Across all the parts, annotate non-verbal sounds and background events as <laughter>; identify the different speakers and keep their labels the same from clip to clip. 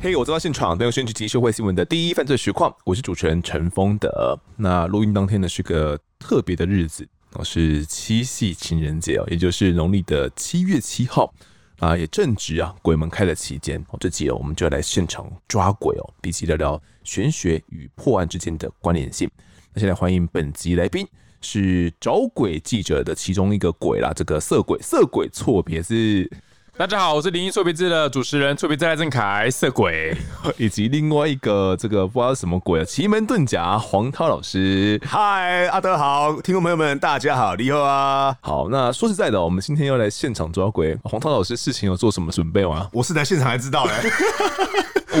Speaker 1: 嘿、我走到现场，带您先去及社会新闻的第一犯罪实况。我是主持人陈峰德。那录音当天呢是个特别的日子，哦，是七夕情人节哦，也就是农历的七月七号啊，也正值啊鬼门开的期间。哦，这集哦我们就来现场抓鬼哦，以及聊聊玄学与破案之间的关联性。那现在欢迎本集来宾是找鬼记者的其中一个鬼啦，这个色鬼色鬼错别字。
Speaker 2: 大家好，我是灵异错别字的主持人错别字赖正凯，色鬼。
Speaker 1: <laughs> 以及另外一个这个不知道什么鬼啊，奇门遁甲黄涛老师。
Speaker 3: 嗨，阿德好，听众朋友们，大家好，你好啊！
Speaker 1: 好，那说实在的，我们今天要来现场抓鬼，黄涛老师事情有做什么准备吗？
Speaker 3: 我是来现场才知道
Speaker 1: <laughs>
Speaker 3: 欸 嘞，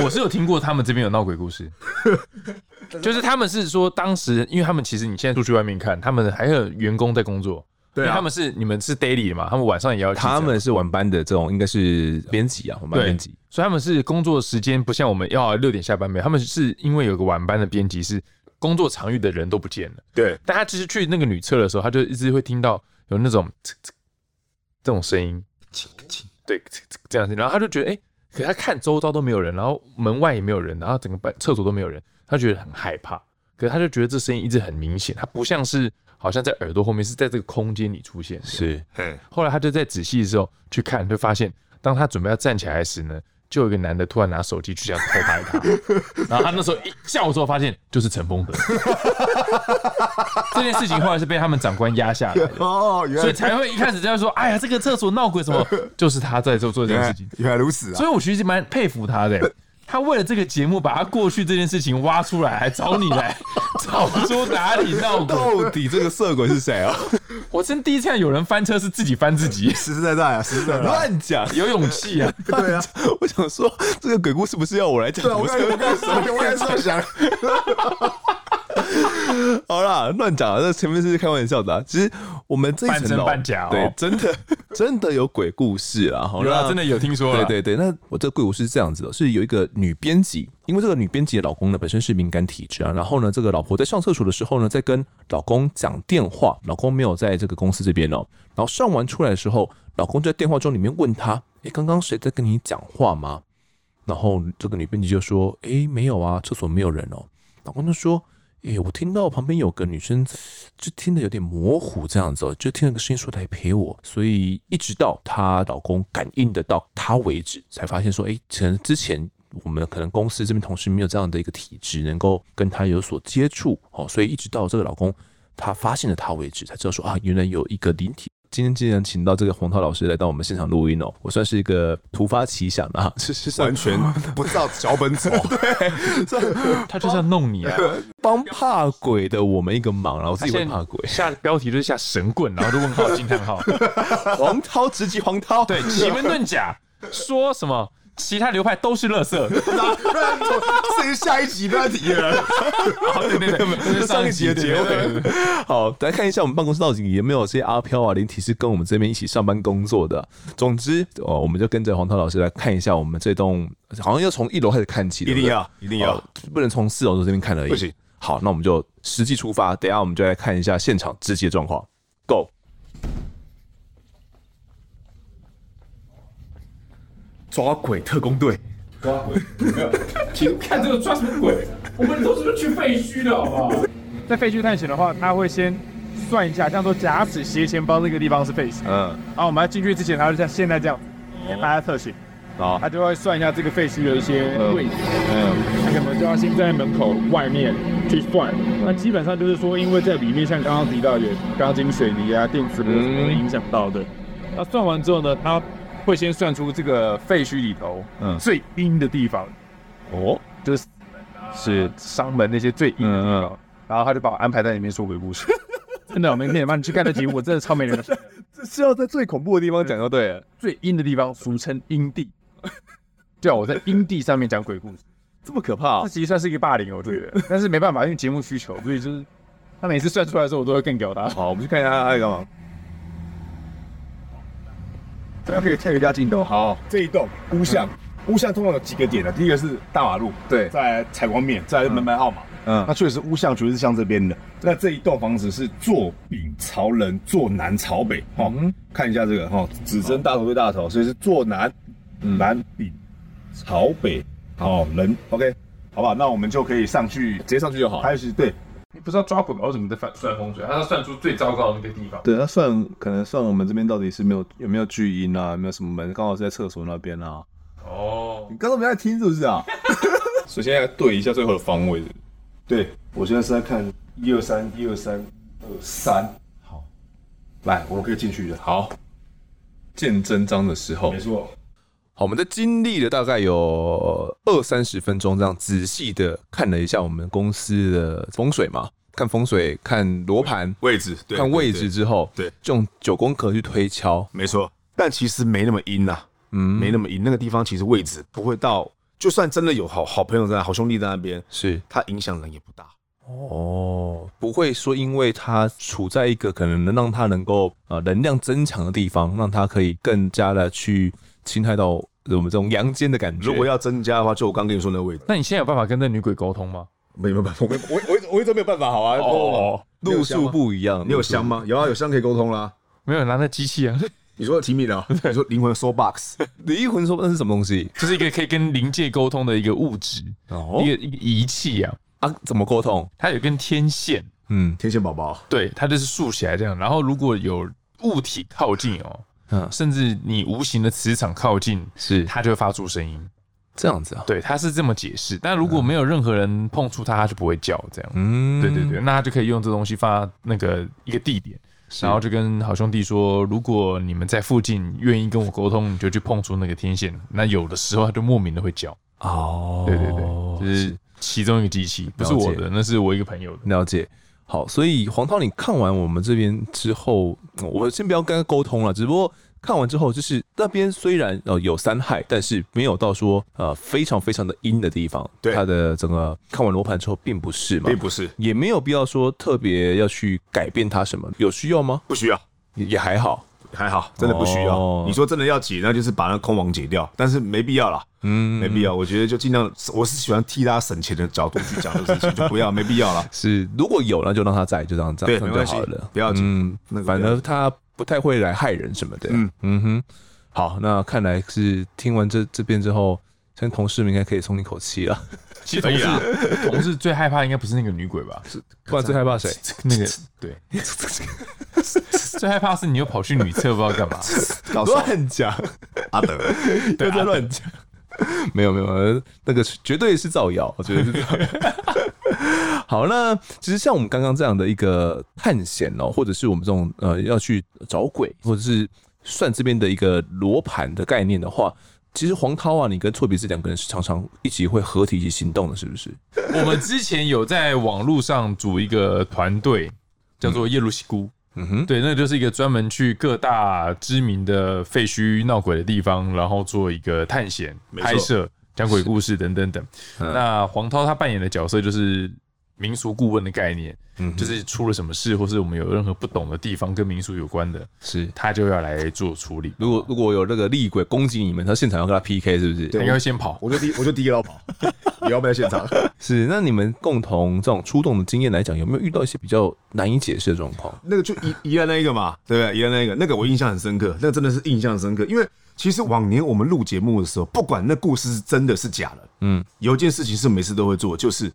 Speaker 2: <laughs> 我是有听过他们这边有闹鬼故事，就是他们是说当时，因为他们其实你现在出去外面看，他们还有员工在工作，
Speaker 3: 对啊
Speaker 2: 因为他们是你们是 daily 的嘛，他们晚上也要记者
Speaker 1: 他们是晚班的这种，应该是编辑啊，晚班
Speaker 2: 对
Speaker 1: 编辑。，
Speaker 2: 所以他们是工作时间不像我们要六点下班没有，他们是因为有个晚班的编辑是工作场域的人都不见了，
Speaker 3: 对，
Speaker 2: 但他其实去那个女厕的时候，他就一直会听到有那种嘖嘖这种声音，对，嘖嘖这样子，然后他就觉得，哎、可他看周遭都没有人，然后门外也没有人，然后整个办厕所都没有人，他觉得很害怕，可是他就觉得这声音一直很明显，他不像是好像在耳朵后面，是在这个空间里出现。
Speaker 1: 是
Speaker 3: 嘿
Speaker 2: 后来他就在仔细的时候去看，就发现当他准备要站起来时呢。就有一个男的突然拿手机去这样偷拍他， <laughs> 然后他那时候一叫之后发现就是陈风德，这件事情后来是被他们长官压下来 <laughs> 的，
Speaker 3: 哦，原
Speaker 2: 所以
Speaker 3: 来
Speaker 2: 才会一开始这样说，哎呀，这个厕所闹鬼什么，就是他在做做这
Speaker 3: 原
Speaker 2: 件事 <laughs>
Speaker 3: 来
Speaker 2: 情，
Speaker 3: 原来如此啊！
Speaker 2: 所以我其实蛮佩服他的。他为了这个节目，把他过去这件事情挖出来，还找你来 <laughs> 找出哪里闹鬼。
Speaker 1: 到底这个色鬼是谁
Speaker 3: <laughs>
Speaker 1: 啊？
Speaker 2: <laughs> 我真第一次看有人翻车是自己翻自己，
Speaker 3: 实实在在啊，实实在在啊。
Speaker 1: 乱 <laughs> 讲！
Speaker 2: <laughs> 有勇气啊！
Speaker 3: 对啊，
Speaker 1: <laughs> 我想说，这个鬼故事不是要我来讲，
Speaker 3: 对啊，我
Speaker 1: 不
Speaker 3: 刚
Speaker 1: 是
Speaker 3: 才我刚才我刚才是在 <laughs> 想，
Speaker 1: 好啦，乱讲啊！这前面是开玩笑的、啊。其实我们这一层楼
Speaker 2: 半真半假哦
Speaker 1: 对，真的 <laughs> 真的有鬼故事
Speaker 2: <laughs>
Speaker 1: 啊！好
Speaker 2: 有
Speaker 1: 那
Speaker 2: 啊，真的有听说了。 <laughs>
Speaker 1: 对对对，那我这个贵我是这样子的，是有一个女编辑，因为这个女编辑的老公呢本身是敏感体质啊，然后呢，这个老婆在上厕所的时候呢，在跟老公讲电话，老公没有在这个公司这边哦，然后上完出来的时候，老公在电话中里面问她：“诶，刚刚谁在跟你讲话吗？”然后这个女编辑就说：“诶，没有啊，厕所没有人哦。”老公就说：“诶，我听到旁边有个女生，就听得有点模糊这样子哦，就听了个声音说来陪我，所以一直到她老公感应得到她为止，才发现说，诶，可能之前我们可能公司这边同事没有这样的一个体质，能够跟她有所接触哦，所以一直到这个老公她发现了她为止，才知道说啊，原来有一个灵体。”今天竟然请到这个黄涛老师来到我们现场录音哦，我算是一个突发奇想的啊，是是算
Speaker 3: 完全不照脚本 <laughs> 走。
Speaker 2: 他就是要弄 <laughs> 你啊！。
Speaker 1: 帮怕鬼的我们一个忙然后自己会怕鬼
Speaker 2: 下标题就是下神棍，然后就问号惊叹号。
Speaker 1: <laughs> 黄涛直击黄涛，
Speaker 2: <laughs> 对，奇门遁甲说什么？其他流派都是垃圾。
Speaker 3: 啊这是下一集标题了。
Speaker 2: 哦 <laughs> 对对对，这是
Speaker 1: 上
Speaker 2: <laughs> 上
Speaker 1: 一
Speaker 2: 一
Speaker 1: 集
Speaker 2: 集
Speaker 1: 的
Speaker 2: 的
Speaker 1: 结
Speaker 2: 结尾。
Speaker 1: 尾。 <laughs> 好，来看一下我们办公室到底有没有这些阿飘啊、灵体是跟我们这边一起上班工作的。总之，哦，我们就跟着黄涛老师来看一下我们这栋，呃好像要从一楼开始看起，对不对
Speaker 3: 一定要一定要
Speaker 1: 哦不能从四楼这边看而已。
Speaker 3: 不行。
Speaker 1: 好，那我们就实际出发，等一下我们就来看一下现场直接状况。Go。
Speaker 3: 抓鬼特工队，
Speaker 4: 看这个抓什么鬼？我们都是去废墟的好不好？在废墟探险的话，他会先算一下，像说假使斜前方这个地方是废墟，
Speaker 1: 嗯，
Speaker 4: 然后我们要进去之前，他就像现在这样，给大家特写，
Speaker 1: 好
Speaker 4: 他就会算一下这个废墟的一些位置，嗯，他可能就要先在门口外面去算。那基本上就是说，因为在里面像刚刚提到有钢筋、水泥啊、电磁波什么的影响到的。那算完之后呢，他会先算出这个废墟里头
Speaker 2: 嗯
Speaker 4: 最阴的地方，
Speaker 2: 哦，
Speaker 4: 就是
Speaker 2: 是
Speaker 4: 伤门那些最硬的地
Speaker 2: 嗯
Speaker 4: 方，然后他就把我安排在里面说鬼
Speaker 2: <laughs>
Speaker 4: 故事。真的，我明天帮你去看那集，我真的超没人性。
Speaker 1: 这是要在最恐怖的地方讲就对了。
Speaker 4: <laughs> 最阴的地方俗称阴地，对啊，我在阴地上面讲鬼故事，
Speaker 1: 这么可怕、
Speaker 2: 哦
Speaker 1: 啊
Speaker 4: 这其实算是一个霸凌，我觉
Speaker 2: <laughs>
Speaker 4: 得。但是没办法，因为节目需求，所以就是他每次算出来的时候，我都会更屌他。
Speaker 2: <laughs>
Speaker 1: 好，我们去看一下他在干嘛。
Speaker 5: 大家可以看一下镜头。
Speaker 3: 好，
Speaker 5: 这一栋屋巷，
Speaker 1: 嗯
Speaker 5: 屋巷通常有几个点的，第一个是大马路，
Speaker 3: 对
Speaker 5: 在采光面，在门牌号码。
Speaker 3: 嗯
Speaker 5: 那确实屋巷确实是向这边的。那这一栋房子是坐北朝南，坐南朝北。
Speaker 1: 嗯
Speaker 5: 哦，看一下这个哈，哦指针大头对大头，所以是坐南，南北朝北哦，人 OK，好吧，那我们就可以上去
Speaker 1: 接上去就好。
Speaker 5: 开始对
Speaker 2: 你不知道抓滚毛怎么在算算风水，他要算出最糟糕的那个地方。
Speaker 5: 对，那算可能算我们这边到底是没有有没有巨婴啊，有没有什么门，刚好是在厕所那边啊。
Speaker 2: 哦，
Speaker 5: 你刚刚没在听是不是啊？ <laughs>
Speaker 1: 所以现在对一下最后的方位，
Speaker 5: 对，我现在是在看一二三一二三二三，好，来，我们可以进去的。
Speaker 1: 好，见真章的时候
Speaker 5: 没，错，
Speaker 1: 好，我们在经历了大概有二三十分钟，这样仔细的看了一下我们公司的风水嘛，看风水，看罗盘，
Speaker 3: 位置，对
Speaker 1: 看位置
Speaker 3: 对对
Speaker 1: 之后，
Speaker 3: 对
Speaker 1: 就用九宫格去推敲，
Speaker 3: 没错。但其实没那么阴呐、
Speaker 1: 嗯，
Speaker 3: 没那么阴。那个地方其实位置不会到，就算真的有好好朋友在那、好兄弟在那边，
Speaker 1: 是
Speaker 3: 它影响人也不大。
Speaker 1: 哦，不会说因为他处在一个可能能让他能够呃能量增强的地方，让他可以更加的去侵害到我们这种阳间的感觉。
Speaker 3: 如果要增加的话，就我刚跟你说那个位置，
Speaker 2: 那你现在有办法跟那女鬼沟通吗？
Speaker 3: 没有办法，我没
Speaker 1: 我我我一直没有办法，好啊，嗯
Speaker 2: 哦，
Speaker 1: 路数不一样，
Speaker 3: 你有
Speaker 1: 路数
Speaker 3: 香吗？有啊，有香可以沟通啦。
Speaker 2: 没有拿那机 <laughs> 器啊，
Speaker 3: 你说提
Speaker 1: <laughs>
Speaker 3: 米聊，你说灵魂 soul box，
Speaker 1: 灵魂说那是什么东西？
Speaker 2: 这是一个可以跟灵界沟通的一个物质，
Speaker 1: 哦
Speaker 2: 一个一个仪器啊，
Speaker 1: 啊，怎么沟通？
Speaker 2: 它有根天线，
Speaker 1: 嗯，
Speaker 3: 天线宝宝，
Speaker 2: 对，它就是竖起来这样。然后如果有物体靠近哦，
Speaker 1: 嗯
Speaker 2: 甚至你无形的磁场靠近，
Speaker 1: 是
Speaker 2: 它就会发出声音。
Speaker 1: 这样子啊。
Speaker 2: 对，它是这么解释。但如果没有任何人碰触它，它就不会叫这样。
Speaker 1: 嗯
Speaker 2: 对对对，，那他就可以用这东西发那个一个地点，然后就跟好兄弟说，如果你们在附近愿意跟我沟通，你就去碰触那个天线。那有的时候它就莫名的会叫，
Speaker 1: 哦，
Speaker 2: 对对对，这是其中一个机器，不是我
Speaker 1: 了
Speaker 2: 的，那是我一个朋友的。
Speaker 1: 了解。好，所以黄涛，你看完我们这边之后，嗯我先不要跟他沟通了，只不过看完之后，就是那边虽然呃有三害，但是没有到说呃非常非常的阴的地方。
Speaker 3: 对
Speaker 1: 他的整个看完罗盘之后，并不是嘛，
Speaker 3: 并不是，
Speaker 1: 也没有必要说特别要去改变它什么，有需要吗？
Speaker 3: 不需要，
Speaker 1: 也也还好，
Speaker 3: 还好，真的不需要
Speaker 1: 哦。
Speaker 3: 你说真的要解，那就是把那空网解掉，但是没必要啦，
Speaker 1: 嗯，
Speaker 3: 没必要。我觉得就尽量，我是喜欢替大家省钱的角度去讲这个事情，就不
Speaker 1: <laughs>
Speaker 3: 要，没必要啦。
Speaker 1: 是如果有那就让他在，就这样这
Speaker 3: 对
Speaker 1: 样这样
Speaker 3: 没关
Speaker 1: 就
Speaker 3: 系
Speaker 1: 好了，
Speaker 3: 不要紧
Speaker 1: 嗯
Speaker 3: 那个不要
Speaker 1: 反
Speaker 3: 紧
Speaker 1: <laughs> 正他不太会来害人什么的。
Speaker 3: 嗯
Speaker 1: 嗯哼，好，那看来是听完这这边之后，像同事们应该可以松一口气
Speaker 3: <laughs>
Speaker 1: 了。
Speaker 2: 其实同事同事最害怕应该不是那个女鬼吧？是
Speaker 1: 不然最害怕谁？
Speaker 2: 那个对，最害怕是你又跑去女厕不知道干嘛。
Speaker 3: 告诉我
Speaker 1: 乱讲，
Speaker 3: 阿德，
Speaker 1: 又在乱讲。 <laughs> 没有没有，呃那个绝对是造谣，我觉得是造
Speaker 3: <laughs>
Speaker 1: 谣。好，那其实像我们刚刚这样的一个探险哦，或者是我们这种呃要去找鬼，或者是算这边的一个罗盘的概念的话，其实黄涛啊，你跟错别字两个人是常常一起会合体一起行动的，是不是？
Speaker 2: 我们之前有在网络上组一个团队，叫做耶鲁西姑。
Speaker 1: 嗯哼，
Speaker 2: 对，那就是一个专门去各大知名的废墟闹鬼的地方，然后做一个探险、
Speaker 3: 错
Speaker 2: 拍摄、讲鬼故事等等等。那黄涛他扮演的角色就是民俗顾问的概念，
Speaker 1: 嗯哼
Speaker 2: 就是出了什么事，或是我们有任何不懂的地方跟民俗有关的，
Speaker 1: 是。
Speaker 2: 他就要来做处理。
Speaker 1: 如果如果有那个厉鬼攻击你们，他现场要跟他 PK，是不是？
Speaker 2: 他应该会先跑。
Speaker 3: 我就第我就第一
Speaker 1: <laughs>
Speaker 3: 个要跑，也要不在现场。
Speaker 1: 是。那你们共同这种出动的经验来讲，有没有遇到一些比较难以解释的状况？
Speaker 3: 那个就宜宜兰那一个嘛，对不对？宜兰那一个，那个我印象很深刻，那个真的是印象深刻，因为其实往年我们录节目的时候，不管那故事是真的是假的，嗯，有一件事情是每次都会做，就是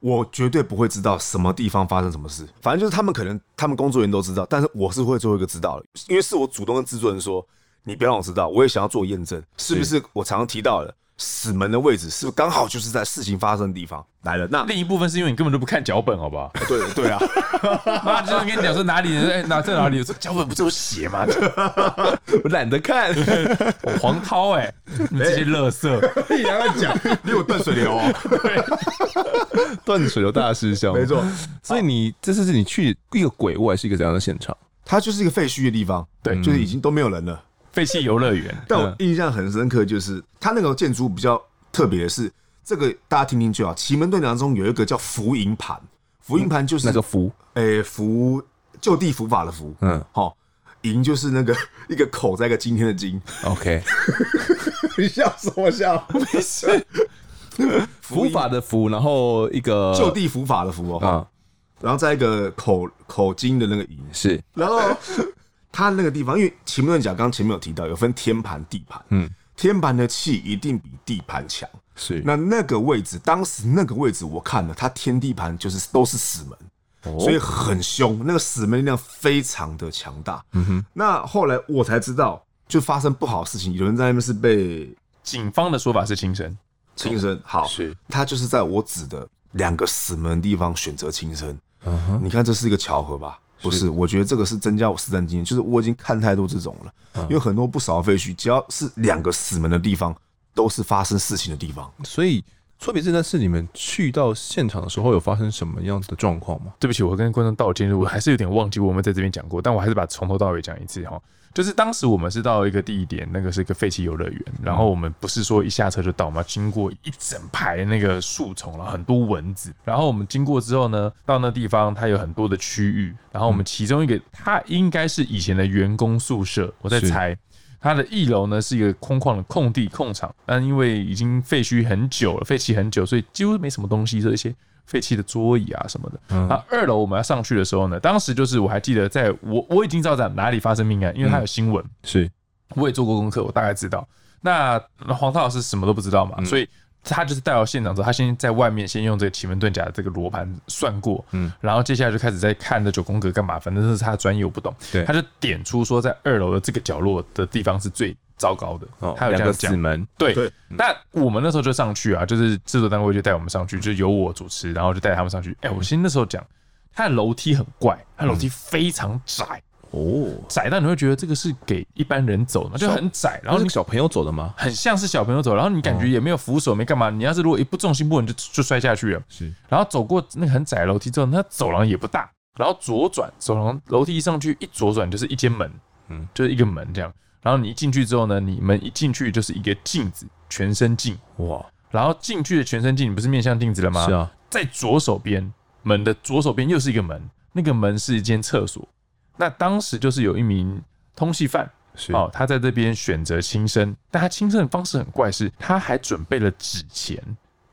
Speaker 3: 我绝对不会知道什么地方发生什么事，反正就是他们可能他们工作人员都知道，但是我是会最后一个知道的，因为是我主动跟制作人说，你不要让我知道，我也想要做验证，是不是我常常提到的死门的位置，是不是刚好就是在事情发生的地方来了？那
Speaker 2: 另一部分是因为你根本就不看脚本，好不
Speaker 3: <laughs>
Speaker 2: 好？
Speaker 3: 对对啊。
Speaker 2: 妈就是跟你讲说哪里， <laughs> 哎，哪在哪里？我说脚本不是有写吗？
Speaker 1: 我 <laughs> 懒得看。 <laughs>
Speaker 2: 我黄涛，哎，你们这些垃圾，
Speaker 3: <laughs> 你还会讲，你有断水流哦。
Speaker 1: 断水流大师兄，
Speaker 3: 没错。
Speaker 1: 所以你这次是你去一个鬼屋，还是一个怎样的现场？
Speaker 3: 它就是一个废墟的地方，
Speaker 2: 对
Speaker 3: 就是已经都没有人
Speaker 1: 嗯
Speaker 3: 了。
Speaker 2: <laughs> 废弃游乐园。
Speaker 3: 但我印象很深刻，就是它那个建筑比较特别的是，这个大家听听就好。奇门遁甲中有一个叫福银盘，福银盘就是
Speaker 1: 那个符，
Speaker 3: 诶福就地伏法的福，
Speaker 1: 嗯
Speaker 3: 好，银就是那个一个口在一个今 <laughs> 天的金，
Speaker 1: ，OK，
Speaker 3: 你笑什么笑？
Speaker 1: 嗯
Speaker 3: 没事，
Speaker 1: 符法的符，然后一个
Speaker 3: 就地伏法的福哦，
Speaker 1: 啊，
Speaker 3: 然后再一个口口金的那个银，
Speaker 1: 是
Speaker 3: 然后他那个地方，因为奇门遁甲刚前面有提到，有分天盘、地盘，嗯，天盘的气一定比地盘强。
Speaker 1: 是
Speaker 3: 那那个位置，当时那个位置我看了，它天地盘就是都是死门。
Speaker 6: 哦
Speaker 3: 所以很凶，那个死门力量非常的强大。嗯哼，那后来我才知道，就发生不好的事情，有人在那边是被
Speaker 2: 警方的说法是轻生，
Speaker 3: 轻生。好，
Speaker 2: 是
Speaker 3: 他就是在我指的两个死门地方选择轻生。
Speaker 6: 嗯
Speaker 3: 你看这是一个巧合吧？不是，我觉得这个是增加我实战经验，就是我已经看太多这种
Speaker 6: 嗯
Speaker 3: 了，有很多不少的废墟，只要是两个死门的地方，都是发生事情的地方。
Speaker 1: 所以错别字那是你们去到现场的时候有发生什么样的状况吗？
Speaker 2: 对不起，我跟观众道歉，我还是有点忘记我们在这边讲过，但我还是把从头到尾讲一次哈。就是当时我们是到一个地点，那个是一个废弃游乐园，然后我们不是说一下车就到嘛，经过一整排那个树丛，然后很多蚊子，然后我们经过之后呢，到那地方它有很多的区域，然后我们其中一个它应该是以前的员工宿舍，我在
Speaker 1: 是
Speaker 2: 猜。它的一楼呢是一个空旷的空地空场，但因为已经废墟很久了，废弃很久，所以几乎没什么东西，就一些废弃的桌椅啊什么的。
Speaker 1: 嗯
Speaker 2: 那、二楼我们要上去的时候呢，当时就是我还记得在，我我已经知道在哪里发生命案，因为它有新闻，
Speaker 1: 是
Speaker 2: 我也做过功课，我大概知道。那那黄涛老师什么都不知道
Speaker 1: 嗯
Speaker 2: 嘛，所以他就是带到现场之后，他先在外面先用这个奇门遁甲的这个罗盘算过，嗯，然后接下来就开始在看这九宫格干嘛，反正这是他的专业，我不懂。
Speaker 1: 对
Speaker 2: 他就点出说在二楼的这个角落的地方是最糟糕的，
Speaker 1: 哦，
Speaker 2: 他有
Speaker 1: 两
Speaker 2: 这样
Speaker 1: 个
Speaker 2: 讲
Speaker 1: 死。门，
Speaker 2: 对，嗯
Speaker 3: 对
Speaker 2: 那我们那时候就上去啊，就是制作单位就带我们上去，就由我主持，然后就带他们上去。哎、我先那时候讲，它的楼梯很怪，它楼梯非常窄，
Speaker 1: 哦，
Speaker 2: 窄到你会觉得这个是给一般人走的嘛，就很窄，然
Speaker 1: 然后
Speaker 2: 后你
Speaker 1: 你小朋友走的吗？
Speaker 2: 很像是小朋友走，然后你感觉也没有扶手，没干嘛。你要是如果一不重心不稳，就就摔下去了。
Speaker 1: 是，
Speaker 2: 然后走过那个很窄的楼梯之后，那走廊也不大，然后左转，走廊楼梯一上去一左转就是一间门，嗯，就是一个门这样。然后你一进去之后呢，你们一进去就是一个镜子，全身镜，
Speaker 1: 哇，
Speaker 2: 然后进去的全身镜，你不是面向镜子了吗？
Speaker 1: 是啊，
Speaker 2: 在左手边门的左手边又是一个门，那个门是一间厕所。那当时就是有一名通缉犯，
Speaker 1: 是
Speaker 2: 哦，他在这边选择轻生，但他轻生的方式很怪是，他还准备了纸钱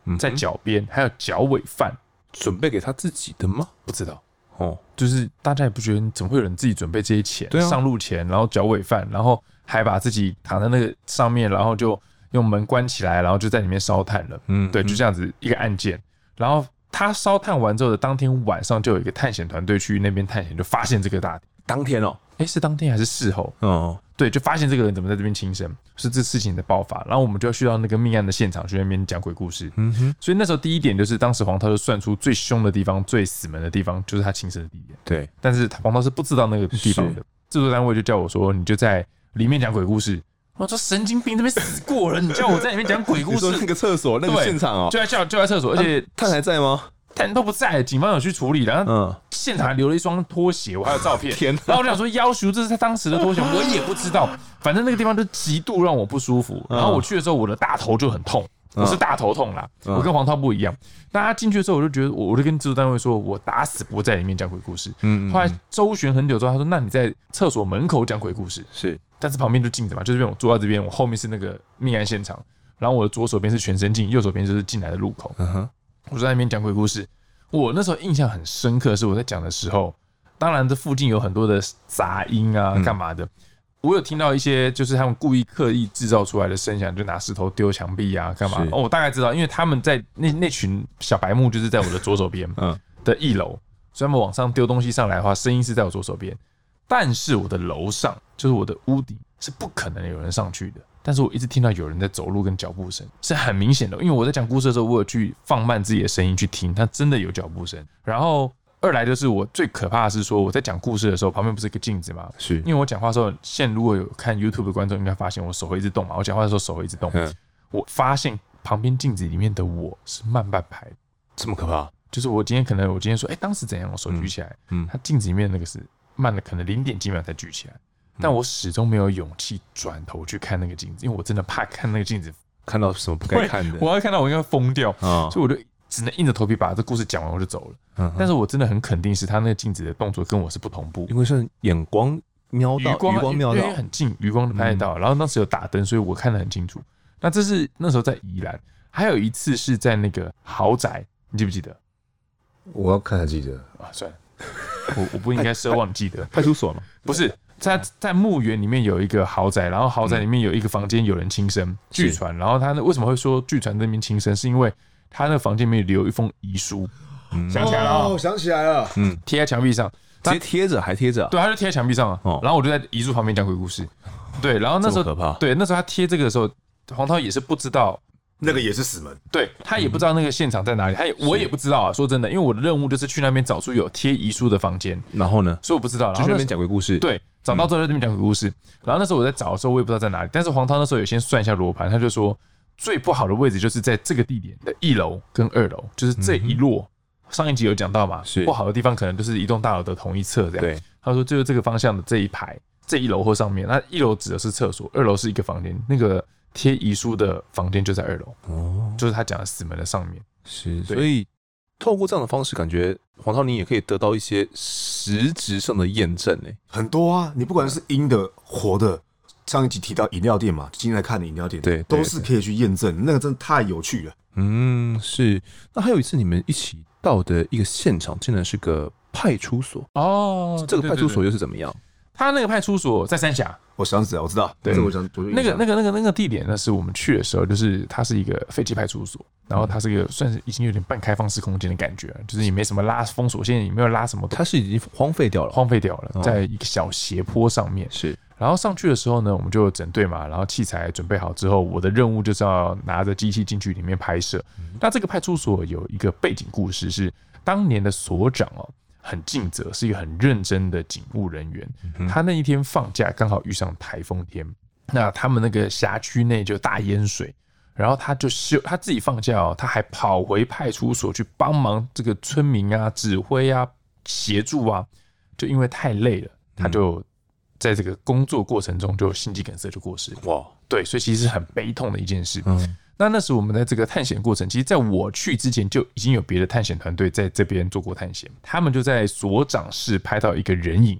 Speaker 1: 嗯哼
Speaker 2: 在脚边，还有脚尾饭，
Speaker 1: 准备给他自己的吗？
Speaker 2: 不知道。
Speaker 1: 哦，
Speaker 2: 就是大家也不觉得怎么会有人自己准备这些钱，
Speaker 1: 对啊
Speaker 2: 上路前，然后脚尾饭，然后还把自己躺在那个上面，然后就用门关起来，然后就在里面烧炭了。
Speaker 1: 嗯
Speaker 2: 对，就这样子一个案件。然后他烧炭完之后的当天晚上，就有一个探险团队去那边探险，就发现这个大，
Speaker 1: 当天哦，
Speaker 2: 哎、是当天还是事后？
Speaker 1: 哦，
Speaker 2: 对，就发现这个人怎么在这边轻生，是这事情的爆发。然后我们就要去到那个命案的现场去那边讲鬼故事。嗯哼，所以那时候第一点就是，当时黄涛就算出最凶的地方、最死门的地方，就是他轻生的地点。
Speaker 1: 对，
Speaker 2: 但是他黄涛是不知道那个地方的。制作单位就叫我说，你就在里面讲鬼故事。我说神经病，这边死过人，你叫我在里面讲鬼故
Speaker 1: <laughs> 你说那
Speaker 2: 事，
Speaker 1: 个厕所那个
Speaker 2: 对
Speaker 1: 现场哦嗯
Speaker 2: 就，在叫就在厕所，而且
Speaker 1: 他还在吗？
Speaker 2: 但都不在，警方有去处理，然后
Speaker 1: 嗯，
Speaker 2: 现场还留了一双拖鞋，我还有照
Speaker 1: <laughs>
Speaker 2: 片。
Speaker 1: 天哪
Speaker 2: 然后我想说，要求这是他当时的拖鞋，我也不知
Speaker 1: <laughs>
Speaker 2: 道。反正那个地方就极度让我不舒服。然后我去的时候，我的大头就很痛，
Speaker 1: 嗯
Speaker 2: 我是大头痛啦。我跟黄涛不一样。那他进去的时候，我就觉得，我我就跟制作单位说，我打死不在里面讲鬼故事。
Speaker 1: 嗯
Speaker 2: 后来周旋很久之后，他说，那你在厕所门口讲鬼故事。
Speaker 1: 是
Speaker 2: 但是旁边就镜子嘛，就是因为我坐在这边，我后面是那个命案现场，然后我的左手边是全身镜，右手边就是进来的入口。
Speaker 1: 嗯哼
Speaker 2: 我就在那边讲鬼故事。我那时候印象很深刻，是我在讲的时候，当然这附近有很多的杂音啊，
Speaker 1: 嗯
Speaker 2: 干嘛的。我有听到一些，就是他们故意刻意制造出来的声响，就拿石头丢墙壁啊，干嘛
Speaker 1: 是？
Speaker 2: 哦，我大概知道，因为他们在那那群小白目就是在我的左手边
Speaker 1: 嗯
Speaker 2: 的一楼，所以他们往上丢东西上来的话，声音是在我左手边。但是我的楼上，就是我的屋顶，是不可能有人上去的。但是我一直听到有人在走路跟脚步声，是很明显的。因为我在讲故事的时候，我有去放慢自己的声音去听，它真的有脚步声。然后二来就是我最可怕的是说，我在讲故事的时候，旁边不是一个镜子吗？
Speaker 1: 是
Speaker 2: 因，为我讲话的时候，现如果有看 YouTube 的观众应该发现我手会一直动嘛，我讲话的时候手会一直动。
Speaker 1: 嗯
Speaker 2: 我发现旁边镜子里面的我是慢半拍的，
Speaker 1: 这么可怕，
Speaker 2: 就是我今天可能我今天说，哎、当时怎样，我手举起来，
Speaker 1: 嗯嗯
Speaker 2: 它镜子里面那个是慢了可能零点几秒才举起来，
Speaker 1: 嗯
Speaker 2: 但我始终没有勇气转头去看那个镜子，因为我真的怕看那个镜子，
Speaker 1: 看到什么不该看的
Speaker 2: 我要看到我应该疯掉，
Speaker 1: 啊
Speaker 2: 所以我就只能硬着头皮把这故事讲完，我就走了。
Speaker 1: 嗯
Speaker 2: 但是我真的很肯定是他那个镜子的动作跟我是不同步，
Speaker 1: 因为是眼光瞄到，
Speaker 2: 余光
Speaker 1: 余光嗯瞄
Speaker 2: 因
Speaker 1: 到
Speaker 2: 为，很近，余光拍得到。然后当时有打灯，所以我看得很清楚。那这是那时候在宜兰，还有一次是在那个豪宅，你记不记得
Speaker 6: 我要看还记得，
Speaker 2: <laughs> 啊？算了，我我不应该奢望你记得，
Speaker 1: 派出所嘛，
Speaker 2: <laughs> 不是。在在墓园里面有一个豪宅，然后豪宅里面有一个房间有人轻生，据
Speaker 1: 是
Speaker 2: 传。然后他那为什么会说据传那边轻生，是因为他那房间里面留一封遗书嗯
Speaker 5: 想起来了哦，
Speaker 3: 哦，想起来了，
Speaker 2: 啊贴在墙壁上，
Speaker 1: 直接贴着还贴着啊，
Speaker 2: 对，他就贴在墙壁上啊。
Speaker 1: 哦
Speaker 2: 然后我就在遗书旁边讲鬼故事，对。然后那时候
Speaker 1: 这么可怕
Speaker 2: 对，那时候他贴这个的时候，黄涛也是不知道
Speaker 3: 那个也是死门，
Speaker 2: 对他也不知道那个现场在哪里，他也我也不知道啊。说真的，因为我的任务就是去那边找出有贴遗书的房间，
Speaker 1: 然后呢，
Speaker 2: 所以我不知道。然
Speaker 1: 就
Speaker 2: 后
Speaker 1: 去那
Speaker 2: 那
Speaker 1: 边
Speaker 2: 时
Speaker 1: 讲鬼故事，，
Speaker 2: 对，找
Speaker 1: 嗯
Speaker 2: 到之后在那边讲鬼故事。然后那时候我在找的时候，我也不知道在哪里。但是黄涛那时候有先算一下罗盘，他就说最不好的位置就是在这个地点的一楼跟二楼，就是这一摞。上一集有讲到嘛
Speaker 1: 嗯是，
Speaker 2: 不好的地方可能就是一栋大楼的同一侧这样。
Speaker 1: 对，
Speaker 2: 他说就是这个方向的这一排，这一楼或上面。那一楼指的是厕所，二楼是一个房间，那个贴遗书的房间就在二楼。
Speaker 1: 哦，
Speaker 2: 就是他讲的死门的上面。
Speaker 1: 是，
Speaker 2: 对
Speaker 1: 所以透过这样的方式，感觉黄涛你也可以得到一些实质上的验证欸诶。
Speaker 3: 很多啊，你不管是阴的、活的，上一集提到饮料店嘛，今天来看的饮料店，
Speaker 1: 对对
Speaker 3: 都是可以去验证，那个真的太有趣了。
Speaker 1: 嗯，是。那还有一次你们一起到的一个现场，竟然是个派出所，
Speaker 2: 哦
Speaker 1: 这个派出所
Speaker 2: 有
Speaker 1: 又是怎么样？
Speaker 2: 他那个派出所在三峡，
Speaker 3: 我想起来，我知道，
Speaker 2: 对
Speaker 3: 这个我想，我
Speaker 2: 那个、那个、
Speaker 3: 个
Speaker 2: 那个、那个地点呢，是我们去的时候，就是它是一个废弃派出所，然后它是一个算是已经有点半开放式空间的感觉，啊就是也没什么拉封锁线，也没有拉什么，它
Speaker 1: 它是已经荒废掉了，
Speaker 2: 荒废掉了，在一个小斜坡上面。
Speaker 1: 是
Speaker 2: 然后上去的时候呢，我们就整队嘛，然后器材准备好之后，我的任务就是要拿着机器进去里面拍摄。那这个派出所有一个背景故事是，当年的所长哦，很尽责，是一个很认真的警务人员。他那一天放假刚好遇上台风天，那他们那个辖区内就大淹水，然后他就休他自己放假哦，他还跑回派出所去帮忙这个村民啊、指挥啊、协助啊，就因为太累了，他
Speaker 1: 嗯
Speaker 2: 就在这个工作过程中就心肌梗塞就过世了。
Speaker 1: 哇，
Speaker 2: 对，所以其实是很悲痛的一件事。
Speaker 1: 嗯，
Speaker 2: 那那时我们在这个探险过程，其实在我去之前就已经有别的探险团队在这边做过探险，他们就在所长室拍到一个人影。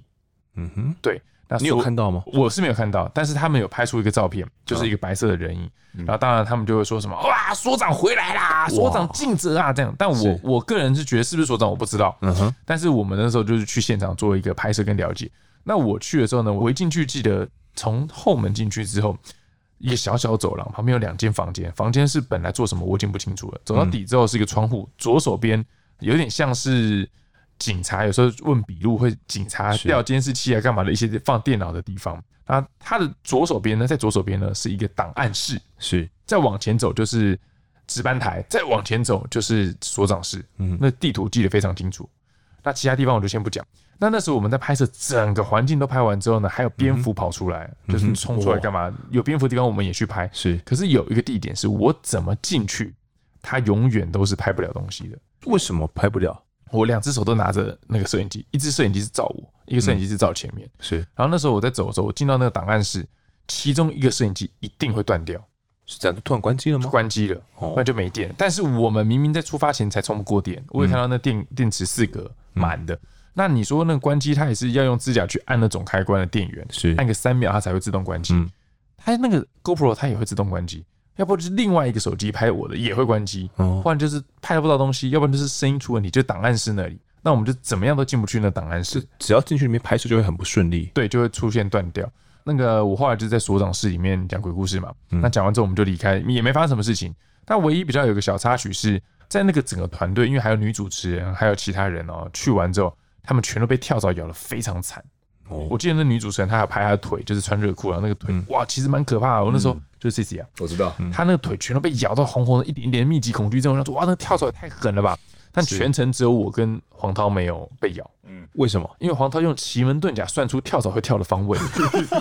Speaker 1: 嗯哼，
Speaker 2: 对，那
Speaker 1: 你有
Speaker 2: 啊所
Speaker 1: 看到嗯吗？
Speaker 2: 我是没有看到，但是他们有拍出一个照片，就是一个白色的人影。
Speaker 1: 嗯
Speaker 2: 然后当然他们就会说什么哇，所长回来啦，所长尽责啊这样。但我
Speaker 1: 是
Speaker 2: 我个人是觉得是不是所长我不知道，
Speaker 1: 嗯哼，
Speaker 2: 但是我们那时候就是去现场做一个拍摄跟了解。那我去的时候呢，我一进去记得从后门进去之后，一个小小走廊旁边有两间房间，房间是本来做什么我已经不清楚了。走到底之后是一个窗户，左手边有点像是警察有时候问笔录会警察
Speaker 1: 是
Speaker 2: 调监视器啊干嘛的一些放电脑的地方。那它的左手边呢，在左手边呢是一个档案室，
Speaker 1: 是
Speaker 2: 再往前走就是值班台，再往前走就是所长室。
Speaker 1: 嗯
Speaker 2: 嗯，那地图记得非常清楚。那其他地方我就先不讲。那那时候我们在拍摄整个环境都拍完之后呢，还有蝙蝠跑出来，就是冲出来干嘛？有蝙蝠的地方我们也去拍。
Speaker 1: 是，
Speaker 2: 可是有一个地点是我怎么进去，它永远都是拍不了东西的。
Speaker 1: 为什么拍不了？
Speaker 2: 我两只手都拿着那个摄影机，一只摄影机是照我，一个摄影机是照前面。
Speaker 1: 是
Speaker 2: 然后那时候我在走的时候，我进到那个档案室，其中一个摄影机一定会断掉。
Speaker 1: 是这样，突然关机了吗？
Speaker 2: 关机了，
Speaker 1: 哦嗯
Speaker 2: 那就没电。但是我们明明在出发前才充不过电，我也看到那电、电池四格满的。那你说那个关机，它也是要用指甲去按那总开关的电源，
Speaker 1: 是
Speaker 2: 按个三秒它才会自动关机。
Speaker 1: 嗯
Speaker 2: 它那个 GoPro 它也会自动关机，要不就是另外一个手机拍我的也会关机，
Speaker 1: 哦
Speaker 2: 不然就是拍不到东西，要不然就是声音出问题，就档案室那里。那我们就怎么样都进不去那档案室
Speaker 1: 就，只要进去里面拍摄就会很不顺利。
Speaker 2: 对，就会出现断掉。那个我后来就是在所长室里面讲鬼故事嘛，那讲完之后我们就离开，也没发生什么事情。但唯一比较有个小插曲是在那个整个团队，因为还有女主持人，还有其他人哦，去完之后他们全都被跳蚤咬得非常惨。
Speaker 1: 哦
Speaker 2: 我记得那女主持人她还拍她的腿，就是穿热裤，然后那个腿、哇，其实蛮可怕的。我那时候就是这样，
Speaker 3: 我
Speaker 2: <laughs>
Speaker 3: 知道，
Speaker 2: 她那个腿全都被咬到红红的，一点一点密集恐惧症。我想说哇，那个跳蚤也太狠了吧！但全程只有我跟黄涛没有被咬，
Speaker 1: 为什么？
Speaker 2: 因为黄涛用奇门遁甲算出跳蚤会跳的方位。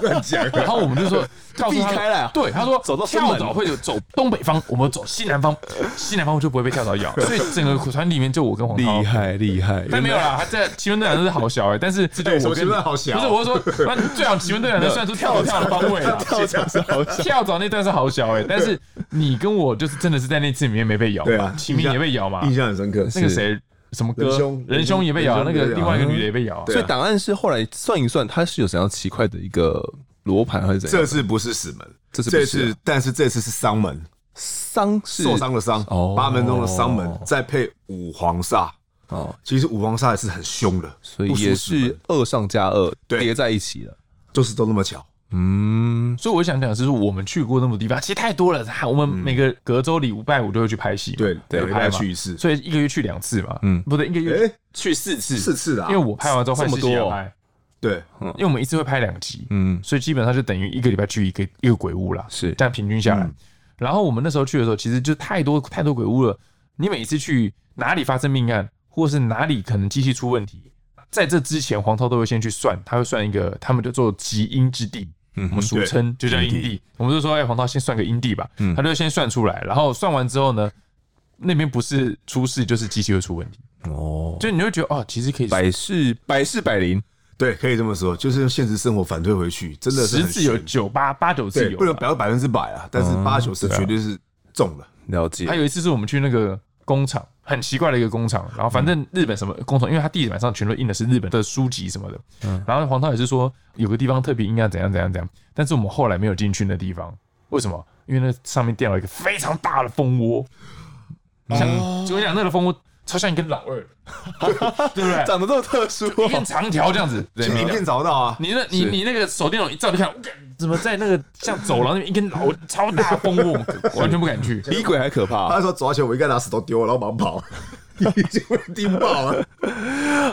Speaker 3: 乱讲
Speaker 2: 然后我们就说告诉他
Speaker 1: 避开了
Speaker 2: 对他说
Speaker 1: 走到东
Speaker 2: 跳
Speaker 1: 门
Speaker 2: 蚤会有走东北方，我们走西南方，西南方就不会被跳蚤咬。所以整个团里面就我跟黄涛。
Speaker 1: 害厉害！
Speaker 2: 但没有啦，他在奇门遁甲真是好小哎、但是这就
Speaker 3: 什
Speaker 2: 我
Speaker 3: 么
Speaker 2: 跟
Speaker 3: 奇门遁甲好小
Speaker 2: 不是我是说，那你最好奇门遁甲能算出跳蚤跳的方位啦。
Speaker 3: 跳蚤是好
Speaker 2: <laughs> 跳蚤那段是好小哎、但是你跟我就是真的是在那次里面没被咬
Speaker 3: 对
Speaker 2: 嘛
Speaker 3: 啊，，
Speaker 2: 秦明也被咬嘛，
Speaker 3: 印象很深刻。
Speaker 2: 那个啊谁什么
Speaker 3: 仁
Speaker 2: 哥
Speaker 3: 兄
Speaker 2: 仁兄也被咬，那
Speaker 3: 仁兄也被
Speaker 2: 个
Speaker 3: 咬
Speaker 2: 另外一个女的也被咬啊，
Speaker 3: 对
Speaker 1: 所
Speaker 3: 啊
Speaker 1: 以档案是后来算一算，它是有怎样奇怪的一个罗盘还是怎
Speaker 3: 这
Speaker 1: 样？
Speaker 3: 次不是死门，
Speaker 1: 这次不
Speaker 3: 这
Speaker 1: 是啊
Speaker 3: 次但是这次是伤门，
Speaker 1: 伤是
Speaker 3: 受伤的伤
Speaker 1: 哦，
Speaker 3: 八门中的伤门，再配五黄煞。
Speaker 1: 哦，
Speaker 3: 其实五黄煞也是很凶的，
Speaker 1: 所以
Speaker 3: 不输
Speaker 1: 也
Speaker 3: 死门
Speaker 1: 是恶上加恶
Speaker 3: 对
Speaker 1: 叠在一起了。
Speaker 3: 就是都那么巧。
Speaker 1: 嗯，
Speaker 2: 所以我想讲的是，我们去过那么多地方，其实太多了。我们
Speaker 1: 嗯
Speaker 2: 每个隔周礼拜五都会去拍戏嘛，
Speaker 3: 对，
Speaker 2: 有
Speaker 3: 每礼
Speaker 2: 拍嘛
Speaker 3: 拜去一次，
Speaker 2: 所以一个月去两次嘛，
Speaker 1: 嗯
Speaker 2: 嗯，不对，一个月
Speaker 3: 哎，
Speaker 1: 去四次
Speaker 3: 四次啊啦，
Speaker 2: 因为我拍完之后换
Speaker 1: 这么
Speaker 2: 西西
Speaker 1: 多
Speaker 2: 要
Speaker 1: 哦
Speaker 2: 拍，
Speaker 3: 对
Speaker 2: 因为我们一次会拍两集，
Speaker 1: 嗯
Speaker 2: 所以基本上就等于一个礼拜去一个一个鬼屋啦，
Speaker 1: 是
Speaker 2: 这样平均下
Speaker 3: 嗯
Speaker 2: 来。然后我们那时候去的时候，其实就太多太多鬼屋了。你每一次去哪里发生命案，或是哪里可能机器出问题，在这之前黄涛都会先去算，他会算一个，他们就做极阴之地。
Speaker 1: 嗯
Speaker 2: 我们俗
Speaker 3: 对
Speaker 2: 称就叫阴
Speaker 3: 阴
Speaker 2: 地，我们就说，哎、黄涛先算个阴地吧，
Speaker 1: 嗯
Speaker 2: 他就先算出来，然后算完之后呢，那边不是出事就是机器会出问题，
Speaker 1: 哦，
Speaker 2: 就你会觉得哦，其实可以
Speaker 1: 百试百试百灵，
Speaker 3: 对，可以这么说，就是用现实生活反推回去，真的是
Speaker 2: 十
Speaker 3: 很
Speaker 2: 次有
Speaker 3: 悬
Speaker 2: 九八八九次
Speaker 3: 对，
Speaker 2: 有
Speaker 3: 不能
Speaker 2: 吧
Speaker 3: 表示百分之百啊，但是八九十
Speaker 2: 对啊
Speaker 3: 绝对是中了。
Speaker 1: 了解
Speaker 2: 还。有一次是我们去那个工厂，很奇怪的一个工厂，然后反正日本什么工厂，因为它地板上全都印的是日本的书籍什么的，然后黄涛也是说有个地方特别应该怎样怎样怎样，但是我们后来没有进去那地方，为什么？因为那上面垫了一个非常大的蜂窝，像我跟你讲那个蜂窝超像一根老二，对不对？
Speaker 1: 长得这么特殊 <laughs>
Speaker 2: 一根长条这样子， <laughs> 对
Speaker 3: 就影片找到啊，
Speaker 2: 你那、你、你那个手电筒一照就看，我干怎么在那个像走廊那边一根老超大的蜂窝，我们完全不敢去。
Speaker 1: 比鬼还可怕。
Speaker 3: 他说走到啊前我应该拿石头丢，然后马上跑，已经被盯爆啊了。